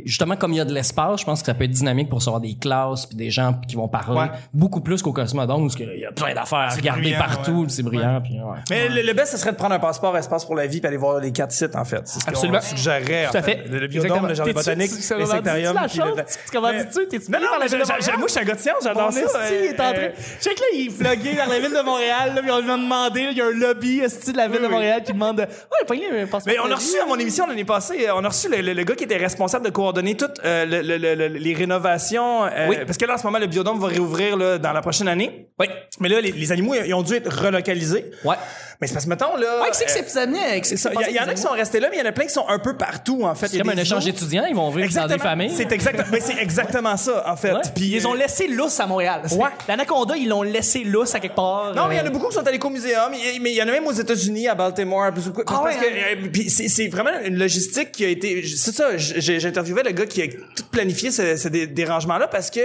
C: justement, comme il y a de l'espace, je pense que ça peut être dynamique pour savoir des classes puis des gens qui vont parler
D: Ouais.
C: beaucoup plus qu'au Cosmodome, parce qu'il y a plein d'affaires à regarder
D: brillant,
C: partout,
D: ouais.
C: c'est brillant. puis ouais.
D: Mais le, le best, ce serait de prendre un passeport espace pour la vie et aller voir les quatre sites, en fait. C'est ce qu'on
A: Absolument.
D: suggérerait, en
A: Tout à fait.
D: Le, le biodôme, le jardin
A: T'es-tu-
D: botanique,
A: tu- ça
D: les
A: leur dit-tu
D: sectariums.
A: la
D: puis
A: chose?
D: le-
A: Tu- comment
D: Mais-
A: dis-tu? T'es-tu
D: Non, non,
A: payé par la
D: mais
A: ville de
D: j'a- j'a-
A: Montréal?
D: moi, je suis un gars de science,
A: Bon,
D: j'adore ça.
A: esti, il est en train.
D: euh,
A: Check là, il est flogué par la ville de Montréal, là, puis on lui a demandé, là, il y a un lobby, esti, de la ville de Montréal qui demande. Ouais, pas un passeport.
D: Mais on a reçu
C: hein?
D: à mon émission l'année passée, euh, on a reçu le, le- le gars qui était responsable de coordonner toutes euh, le- le- le- le- les rénovations. euh, Parce que là, en ce moment, le biodôme va réouvrir là, dans la prochaine année.
A: Oui.
D: Mais là, les, les animaux, ils ont dû être relocalisés.
C: Ouais.
D: Mais c'est parce que, mettons, là.
A: Ouais, c'est que
D: euh,
A: c'est plus amené.
D: c'est ça. Il y, en a qui sont restés là, mais il y en a plein qui sont un peu partout, en fait. Il y
C: C'est
D: a
C: comme un
D: des
C: échange
D: zoos.
C: d'étudiants, ils vont vivre dans des familles.
D: C'est exactement, mais c'est exactement ça, en fait.
C: Ouais.
D: Puis
A: Ils ont laissé lousse à Montréal.
D: Ouais.
A: L'anaconda, ils l'ont laissé lousse à quelque part.
D: Non, mais il y en a beaucoup qui sont allés qu'au muséum, il y- mais il y en a même aux États-Unis, à Baltimore, à plus ou-
C: Ah
D: parce
A: ouais,
D: que
C: hein.
D: euh, puis c'est c'est vraiment une logistique qui a été c'est ça, j'ai j'ai interviewé le gars qui a tout planifié ce, ce dé- dérangements-là parce que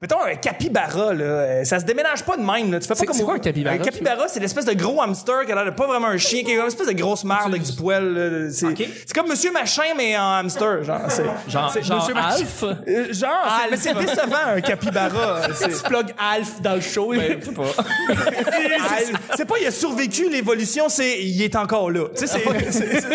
D: mettons un capybara là, euh, ça se déménage pas de même là, tu fais pas
C: C'est-
D: comme
C: c'est
D: au-
C: quoi un capybara,
D: Un capybara, c'est l'espèce de gros hamster qui a l'air de pas vraiment un chien, qui est une espèce de grosse marde avec du poil, là. c'est c'est comme monsieur machin mais en hamster, genre c'est
C: Genre,
D: c'est
C: genre
D: Monsieur Machin.
C: Alf.
D: Euh, Genre, c'est- mais c'est décevant un
C: [LAUGHS]
D: capybara. C'est-
A: Tu plugues Alf dans le show.
C: Ben, Je sais pas.
D: [LAUGHS] C'est- c'est pas il a survécu l'évolution, c'est il est encore là. Tu sais, c'est- c'est- c'est ça.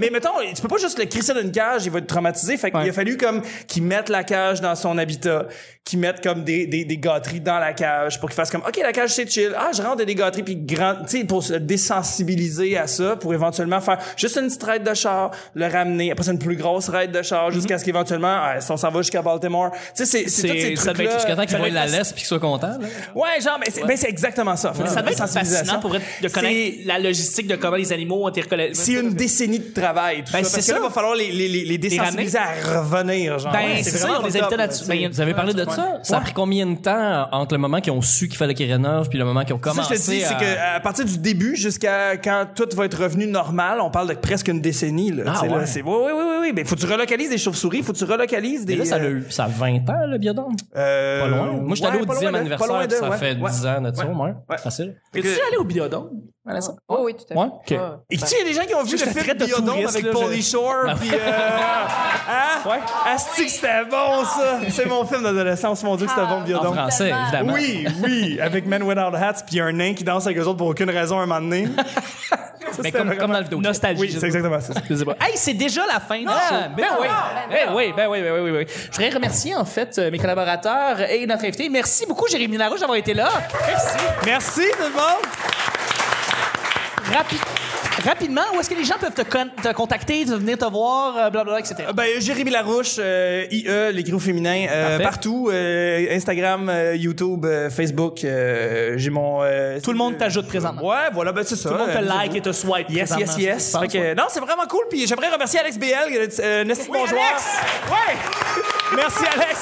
D: Mais mettons, tu peux pas juste le crisser dans une cage, il va être traumatisé. Fait qu'il
C: Ouais.
D: a fallu comme qu'il mette la cage dans son habitat, qu'il mette comme des, des, des gâteries dans la cage pour qu'il fasse comme OK, la cage c'est chill. Ah, je rentre des gâteries puis grand, tu sais pour se désensibiliser à ça pour éventuellement faire juste une petite raide de char, le ramener, après c'est une plus grosse raide de char jusqu'à ce qu'éventuellement ah, si on s'en va jusqu'à Baltimore. Tu sais c'est c'est tous ces
C: Mm-hmm. C'est ça devait être
D: trucs-là.
C: jusqu'à temps qu'ils
D: Ça
C: voient
D: doit
C: la
D: être-
C: laisse puis qu'ils soient contents. là.
D: Ouais, genre mais c'est mais c'est exactement ça. Fait que
A: Ça
D: c'est
A: doit être
D: sensibilisation.
A: fascinant pour vrai de connaître la logistique de comment les animaux ont été recollés.
D: C'est une décennie de travail, tout
A: Ben,
D: ça. Parce que
A: c'est
D: là,
A: ça.
D: il va falloir les, les, les, les désensibiliser à revenir, genre.
A: Ben,
D: Ouais,
A: c'est ça,
D: vraiment
A: on les
D: top,
A: habitats
D: là,
A: naturels.
D: tu sais.
A: Ben,
C: Vous avez parlé de ça? Ça a pris combien de temps euh, entre le moment qu'ils ont su qu'il fallait qu'ils rénovent puis le moment qu'ils ont
D: Ça,
C: commencé
D: je te dis, c'est
C: à-
D: qu'à partir du début jusqu'à quand tout va être revenu normal, on parle de presque une décennie. Là,
C: Ah,
D: Tu sais, là,
C: ouais.
D: c'est- oui, oui, oui, oui. Mais Ben, faut que tu relocalises des chauves-souris, faut que tu relocalises des.
C: Mais là, ça, a
D: euh,
C: eu, ça a 20 ans, le biodôme.
D: euh,
C: Pas loin. Moi, je suis allé
D: ouais,
C: au
D: pas loin
C: 10e
D: de-
C: anniversaire,
D: pas loin de-
C: puis ça
D: ouais,
C: fait
D: ouais.
C: 10 ans de ça, au moins.
D: ouais.
C: Facile.
A: Tu es allé au biodôme? Vanessa?
B: Oh, oui, tout à fait.
C: Ouais? OK.
D: Et tu sais, il y a des gens qui ont vu
A: Juste
D: le
A: la
D: film
A: traite de
D: Biodome
A: touriste,
D: avec
A: là,
D: Pauly
A: je-
D: Shore, puis... Euh, hein? [LAUGHS] Ouais. Asti que c'était bon, ça! C'est mon film d'adolescence, mon Dieu, que c'était bon,
C: En
D: Biodome.
C: français,
B: Tellement.
C: évidemment.
D: Oui, oui, avec Men Without Hats, puis un nain qui danse avec eux autres pour aucune raison à un moment
C: [LAUGHS]
D: donné.
C: Mais Ben, comme, comme dans le vidéo.
A: Nostalgie.
D: Oui, c'est exactement ça.
A: Excusez-moi. Hey, c'est déjà la fin du show. Ben, oui. Ben, oui, ben oui, ben oui, ben oui. Je voudrais remercier en fait euh, mes collaborateurs et notre invité. Merci beaucoup Jérémy Larouche d'avoir été là. Merci.
D: Merci tout le monde!
A: Rapi- rapidement, où est-ce que les gens peuvent te, con- te contacter, te venir te voir, euh, blablabla, etc.
D: Euh, Ben, Jérémy Larouche, euh, IE, l'écrit au féminin, euh,
C: Parfait.
D: partout, euh, Instagram, euh, YouTube, euh, Facebook, euh, j'ai mon... euh,
A: Tout le monde t'ajoute présentement.
D: Ouais, voilà, ben c'est ça.
A: Tout le monde te
D: Euh,
A: like et te swipe.
D: Yes, yes,
A: présentement,
D: yes.
A: je pense,
D: Fait que,
A: ouais.
D: non, c'est vraiment cool. Puis j'aimerais remercier Alex BL, euh, Nasty bon joueur.
A: Alex!
D: Ouais! Merci, Alex.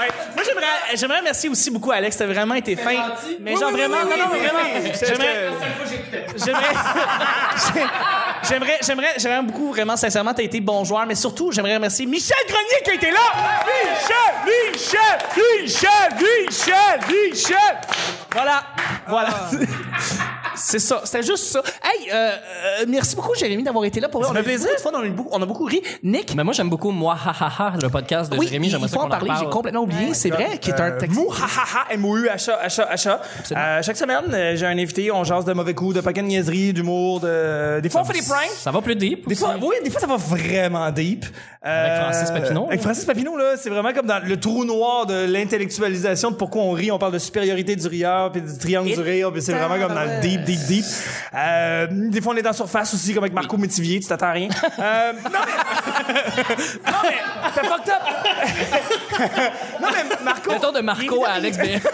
A: Ouais. Moi, j'aimerais, j'aimerais remercier aussi beaucoup Alex. T'as vraiment été fin. Mais genre, vraiment, non, non, mais vraiment. J'aimerais, j'aimerais, [LAUGHS] j'aimerais, j'aimerais, j'aimerais beaucoup, vraiment, sincèrement, t'as été bon joueur. Mais surtout, j'aimerais remercier Michel Grenier qui a été là. Michel, Michel, Michel, Michel, Michel. Voilà, voilà. C'est ça, c'était juste ça. Hey, euh, euh, merci beaucoup, Jérémy, d'avoir été là pour Ça on a eu beaucoup de fun, on a eu beaucoup- on a beaucoup ri. Nick,
C: Mais moi, j'aime beaucoup Moi, ha, ha, ha, le podcast de
A: oui,
C: Jérémy.
A: il
C: J'aimerais ça
A: faut
C: qu'on
A: en parler, j'ai
C: reparle.
A: complètement oublié, c'est vrai, qui est un texte.
D: Euh, Mouhahaha, M-O-U-H-A, H-A, H-A. Euh, chaque semaine, euh, j'ai un invité, on jase de mauvais coups, de paquets de niaiseries, d'humour, de... Des fois, on fait des pranks.
C: Ça va plus deep.
D: Des fois, oui, des fois, ça va vraiment deep. Euh,
C: Avec Francis Papineau. hein.
D: Avec Francis Papineau, là, c'est vraiment comme dans le trou noir de l'intellectualisation de pourquoi on rit. On parle de supériorité du rieur, puis du triangle du rire, puis c'est vraiment comme dans le deep, deep, deep. Euh, des fois, on est dans surface aussi, comme avec Marco Métivier, tu t'attends
C: [LAUGHS]
D: à rien. Euh, non, mais... [LAUGHS] non, mais... T'as fucked up! [LAUGHS] non, mais Marco...
C: Mettons de Marco à Alex
D: [LAUGHS]
C: Ben- B.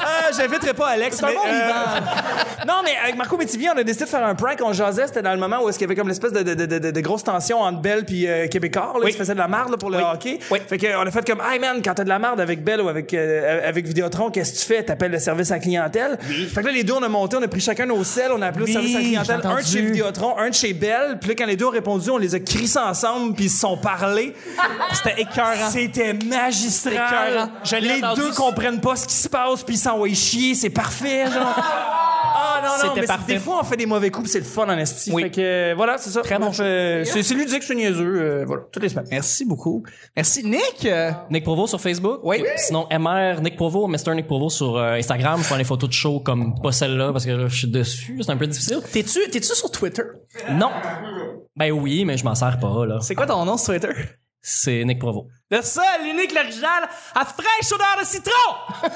D: Euh, j'inviterai pas Alex. mais,
A: bon
D: euh, non, mais avec Marco Métivier, on a décidé de faire un prank. On jasait, c'était dans le moment où est-ce qu'il y avait comme l'espèce de, de, de, de- de grosse tension entre Belle puis euh, Québécois. Là, Ils se faisaient de la marde là, pour le hockey. Fait que, euh, on a fait comme, hey man, quand t'as de la marde avec Belle ou avec, euh, avec Vidéotron, qu'est-ce que tu fais? T'appelles le service à la clientèle. Fait que là, les deux, on a monté, on a pris chacun nos selles, on a appelé
A: Oui,
D: le service à la
A: j'ai
D: clientèle, un
A: entendu.
D: de chez Vidéotron, un de chez Belle. Puis là, quand les deux ont répondu, on les a crissés ensemble, puis ils se sont parlés.
A: [LAUGHS] C'était écœurant.
D: C'était magistral.
A: Écœurant. Je l'ai
D: les
A: entendu. [LAUGHS]
D: deux comprennent pas ce qui se passe, puis ils s'envoient chier, c'est parfait, genre. Ah non, non,
A: C'était
D: mais c'est-
A: parfait.
D: des fois, on fait des mauvais coups, puis c'est le fun en esti.
A: Oui.
D: Fait que, euh, voilà, c'est ça. Très
A: bon
D: C'est c'est ludique, c'est niaiseux, euh, voilà, toutes les semaines.
A: Merci beaucoup. Merci, Nick. Euh,
C: Nick Provo sur Facebook.
A: Oui.
C: Sinon, MR Nick Provo, Mr. Nick Provo sur euh, Instagram. Je prends les photos de show comme pas celle-là parce que là, je suis dessus. C'est un peu difficile.
A: T'es-tu, t'es-tu sur Twitter?
C: Non. Ben oui, mais je m'en sers pas, là.
A: C'est quoi ton nom sur Twitter?
C: C'est Nick Provo.
A: Le seul, l'unique, l'original, à fraîche odeur de [LAUGHS] citron!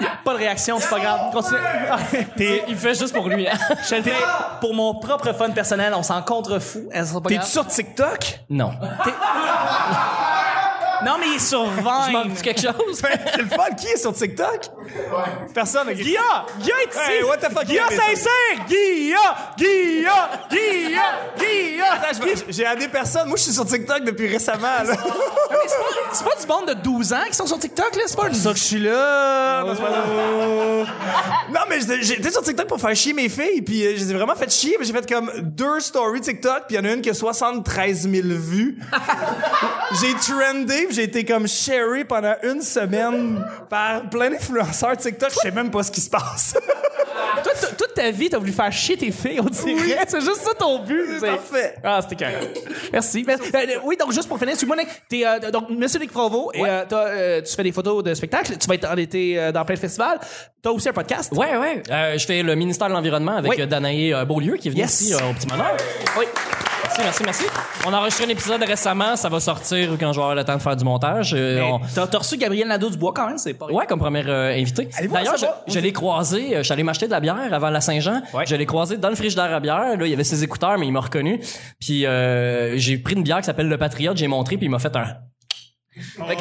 A: Y a pas de réaction, c'est pas grave. Continue. Ah, T'es-
C: Il fait juste pour lui. hein.
A: je le fais pour mon propre fun personnel, on s'en contrefou. Elles sont Eh, pas
D: T'es-tu
A: graves.
D: sur TikTok?
C: non.
A: Non, mais il est sur
C: Je
A: Vine.
C: manque quelque chose?
D: c'est le fun, qui est sur TikTok? Personne. ok.
A: Guilla! Guilla est ici!
D: Hey, what the fuck,
A: Guilla
D: il a fait
A: Saint-Cyr! Guilla! Guilla! Guilla! Guilla!
D: Attends, je vais- J'ai amené personne. Moi, je suis sur TikTok depuis récemment, là. [LAUGHS]
A: Mais c'est pas- C'est pas du monde de 12 ans qui sont sur TikTok, là? C'est pas du...
D: ça que je suis
A: Oh.
D: là. Non, c'est pas vrai. Non, mais j'étais j'étais sur TikTok pour faire chier mes filles, puis euh, je les ai vraiment fait chier, mais j'ai fait comme deux stories TikTok, puis il y en a une qui a 73 000 vues. [LAUGHS] j'ai trendé, puis j'ai été comme sherry pendant une semaine par plein d'influenceurs TikTok. Je sais même pas ce qui se passe. [LAUGHS]
A: Toi, t- toute ta vie, t'as voulu faire chier tes filles, on dirait. C'est juste ça ton but. C'est-
D: Parfait.
A: Ah, c'était carré. Merci. Mais- euh, euh, oui, donc juste pour finir, excuse-moi, Nick. T'es, euh, donc, Monsieur Nick Provo, et, euh, t'as, euh, tu fais des photos de spectacles, tu vas être en été euh, dans plein de festivals. T'as aussi un podcast.
C: Ouais, ouais. Euh, je fais le ministère de l'Environnement avec
A: Oui.
C: euh, Danae euh, Beaulieu qui est venue
A: Yes.
C: ici euh, au Petit Bonheur.
A: Oui.
C: Merci, merci, merci. On a enregistré un épisode récemment. Ça va sortir quand je vais avoir le temps de faire du montage. Euh,
A: Mais
C: on-
A: T'as, t'as reçu Gabriel Nadeau-Dubois quand même, c'est pas
C: Ouais, comme première euh, invitée.
A: Allez voir,
C: D'ailleurs, je,
A: ça va.
C: je l'ai croisé, euh, je suis allé m'acheter de la bière avant la Saint-Jean. Je l'ai croisé dans le frigidaire à bière. Là, il y avait ses écouteurs, mais il m'a reconnu. Puis euh, j'ai pris une bière qui s'appelle Le Patriote, j'ai montré, puis il m'a fait un
A: Oh.
C: euh,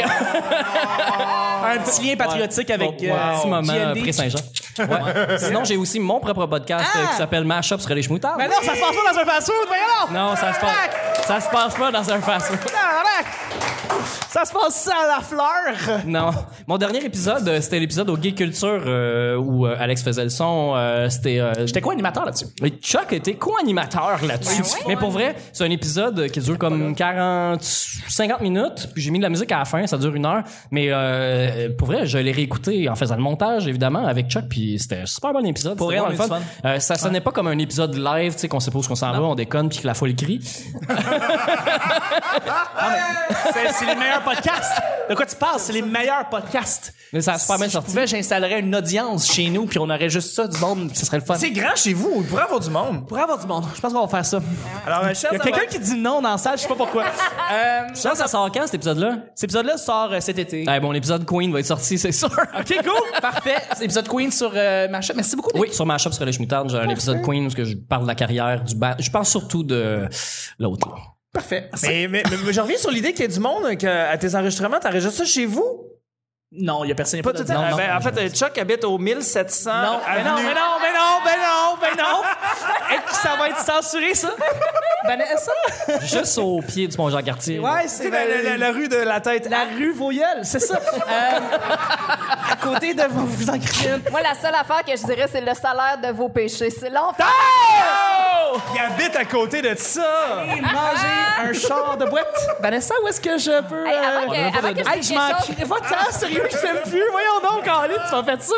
A: Un petit lien patriotique avec euh,
C: Bon, un euh, petit moment
A: JND. [LAUGHS]
C: pré-Saint-Jean. Ouais. Sinon, j'ai aussi mon propre podcast euh,
A: Ah!
C: qui s'appelle Mashup sur les chemoutards.
A: Mais Ben non, ça se passe pas dans un fast-food, voyons donc!
C: Non, ça se passe, ça se passe pas dans un fast
A: Tabarnak! Ça se passe ça à la fleur!
C: [LAUGHS] Non. Mon dernier épisode, euh, c'était l'épisode au Gay Culture euh, où euh, Alex faisait le son. euh, c'était. euh,
A: J'étais quoi animateur là-dessus?
C: Mais Chuck était co-animateur là-dessus. Mais pour vrai, c'est un épisode qui dure comme 40, 50 minutes. Puis j'ai mis de la musique à la fin, ça dure une heure. Mais euh, pour vrai, je l'ai réécouté en faisant le montage, évidemment, avec Chuck. Puis c'était un super bon épisode. Pour
A: vrai, on a eu du
C: Euh, ça sonnait pas comme un épisode live, tu sais, qu'on sait pas où est-ce qu'on s'en va, on déconne, puis que la folie crie.
A: C'est, c'est les meilleurs podcasts! De quoi tu parles? C'est les meilleurs podcasts!
C: Mais ça a super bien
A: si je
C: sorti.
A: pouvais, j'installerais une audience chez nous, puis on aurait juste ça du monde, puis ce serait le fun.
D: C'est grand chez vous, il pourrait avoir du monde.
A: Pour avoir du monde, je pense qu'on va faire ça.
D: Alors, un chat,
A: Il y a
D: ça
A: quelqu'un
D: va-
A: qui dit non dans la salle, je sais pas pourquoi. Euh,
C: Ça, ça sort quand cet épisode-là?
A: cet épisode-là sort euh, cet été.
C: Eh, bon, l'épisode Queen va être sorti, [LAUGHS] c'est sûr.
A: Ok, cool! Parfait! C'est l'épisode Queen sur euh, ma chaîne. Merci beaucoup, Nick.
C: Oui, sur ma shop sur les schmuttards, j'ai un épisode Queen où ce que je parle de la carrière du band. Je parle surtout de l'autre. là.
A: Parfait.
D: Mais, mais, mais- mais je reviens sur l'idée qu'il y a du monde que, à tes enregistrements, t'enregistres ça chez vous?
A: Non, il y a personne. il y a
D: Pas
A: de-
D: tout à-
C: non,
D: ben,
C: non,
D: en fait, euh, Chuck habite au 1700.
A: Non, mais non,
D: avenue-
A: mais non, mais non, mais non, mais non. Est-ce que ça va être censuré, ça? Vanessa?
C: Juste au pied du pont Jean-Cartier. là.
A: Ouais,
D: C'est
A: c'est
D: la, la- la- la rue de la tête.
A: la rue Voyeul, c'est ça. Euh, à côté de vous, vous en criez une.
B: Moi, la seule affaire que je dirais, c'est le salaire de vos péchés. C'est l'enfer.
D: Ah! Oh! Il habite à côté de ça.
A: Et manger un char de boîte. Vanessa, où est-ce que je peux.
B: Hey,
A: euh,
B: avant que-
A: on a pas
B: avant
A: de-
B: que je
A: Hey,
B: dise
A: je m'en
B: quelque chose.
A: crie. Va t'en, sérieux, je t'aime plus. Voyons donc, Caroline, tu m'as fait ça.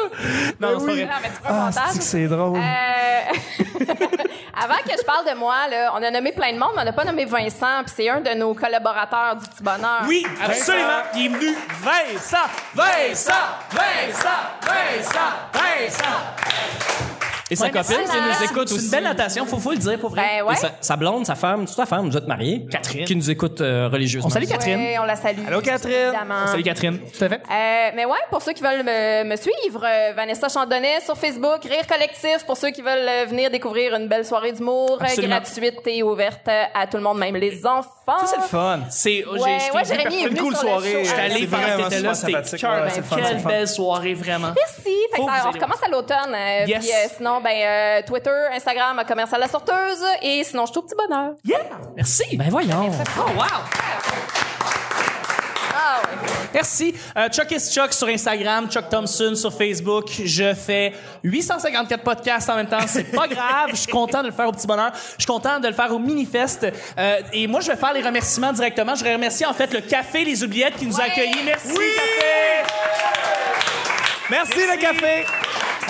A: Ben
D: Non, c'est pas vrai.
B: Non, mais c'est pas un montage.
D: C'est drôle.
B: Euh, [LAUGHS] Avant que je parle de moi, là, on a nommé plein de monde, mais on n'a pas nommé Vincent, puis c'est un de nos collaborateurs du Petit Bonheur.
A: Oui, absolument. Il est venu. Vincent, Vincent, Vincent, Vincent, Vincent.
C: Et sa
A: Ouais,
C: copine,
B: mais ça,
C: qui nous
B: là,
C: écoute
A: C'est
C: aussi.
A: une belle natation, faut, faut le dire pour vrai.
B: Ben ouais.
C: Et sa, sa blonde, sa femme, toute la femme, vous êtes mariés.
A: Catherine.
C: Qui nous écoute euh, religieusement.
A: On salue Catherine.
B: Ouais, on la salue.
D: Allô, Catherine?
B: Évidemment.
A: Salut Catherine. Tout à fait.
B: Euh, mais ouais, pour ceux qui veulent me, me suivre, euh, Vanessa Chandonnet sur Facebook, Rire Collectif, pour ceux qui veulent euh, venir découvrir une belle soirée d'humour euh,
A: Absolument.
B: gratuite et ouverte euh, à tout le monde, même les enfants.
D: C'est le fun.
A: C'est oh,
B: Ouais, ouais, Jérémy est
A: une
B: venu
A: cool
B: sur le
A: soirée.
B: show.
A: J'étais
B: Ouais,
A: allé
B: c'est
A: pendant
D: euh, vraiment
A: que t'étais là,
D: super
A: c'était
D: sympathique.
A: cœur. ben,
D: Ouais, c'est le fun, c'est
A: Quelle
D: le fun.
A: belle soirée vraiment.
B: Merci. Fait que
A: Faut
B: ça,
A: que vous
B: on
A: ayez-
B: recommence à l'automne. euh,
A: Yes.
B: Puis euh, sinon, ben euh, Twitter, Instagram, commercial la sorteuse, et sinon je suis au petit bonheur.
A: Yeah! Merci.
C: Ben voyons.
A: Oh wow!
B: Ah ouais.
A: Merci. Euh, Chuck is Chuck sur Instagram, Chuck Thompson sur Facebook. Je fais 854 podcasts en même temps. C'est pas grave. Je suis content de le faire au petit bonheur. Je suis content de le faire au mini-fest. Euh, et moi, je vais faire les remerciements directement. Je remercie en fait le Café Les Oubliettes qui nous a accueillis. Merci, Café!
D: Merci, le café.
A: Merci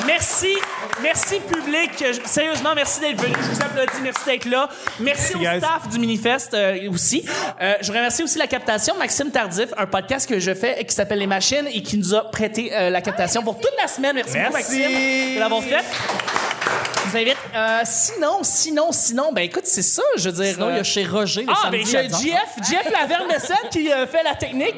A: Merci. Merci, public. Je- Sérieusement, merci d'être venu. Je vous applaudis. Merci d'être là. Merci au
F: guys.
A: staff du Minifest euh, aussi. Euh, je remercie aussi la captation. Maxime Tardif, un podcast que je fais et qui s'appelle Les Machines et qui nous a prêté euh, la captation pour toute la semaine. Merci, beaucoup,
F: Merci.
A: Maxime, de l'avoir fait. Je vous invite. Euh, sinon, sinon, sinon, ben écoute, c'est ça. Je veux dire.
C: Sinon, il y
A: euh,
C: a chez Roger le
A: ah, ben,
C: samedi
A: il y
C: à
A: a
C: 10.
A: Jeff, Jeff Laverne-Messette qui euh, fait la technique.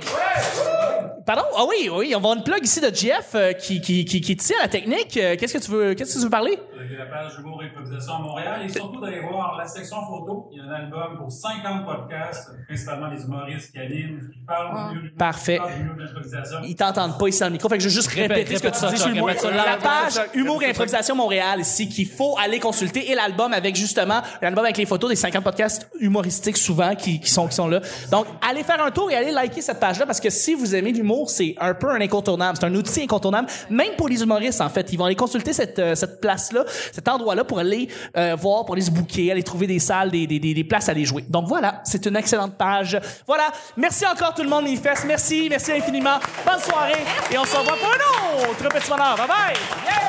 A: Pardon? Ah oui, oui, on va une plug ici de Jeff euh, qui, qui, qui, qui tire la technique. Euh, Qu'est-ce que tu veux, qu'est-ce que tu veux parler?
E: Il y a la page Humour et Improvisation à Montréal. Et surtout d'aller voir la section photo. Il y a un album pour 50 podcasts, principalement les humoristes qui animent, qui parlent du milieu de l'humour,
A: Parfait.
E: qui parlent du milieu de l'improvisation.
A: Ils t'entendent pas ici dans le micro, fait que je vais juste répéter ce que
C: répète
A: tu
C: ça,
A: dis
C: Chuck,
A: chez moi.
C: répète ça
A: La
C: loud.
F: Répète
A: page
F: ça,
A: Humour et
F: répète ça, Chuck.
A: Improvisation Montréal ici qu'il faut aller consulter et l'album avec justement l'album avec les photos des 50 podcasts humoristiques souvent qui, qui sont qui sont là. Donc allez faire un tour et allez liker cette page là parce que si vous aimez l'humour, c'est un peu un incontournable, c'est un outil incontournable même pour les humoristes en fait, ils vont aller consulter cette euh, cette place là, cet endroit là pour aller euh, voir pour aller se booker, aller trouver des salles, des, des, des, des places à aller jouer. Donc voilà, c'est une excellente page. Voilà, merci encore tout le monde Minifest. Merci, merci infiniment. Bonne soirée et on se revoit pour un autre petit bonheur. Bye bye. Yeah!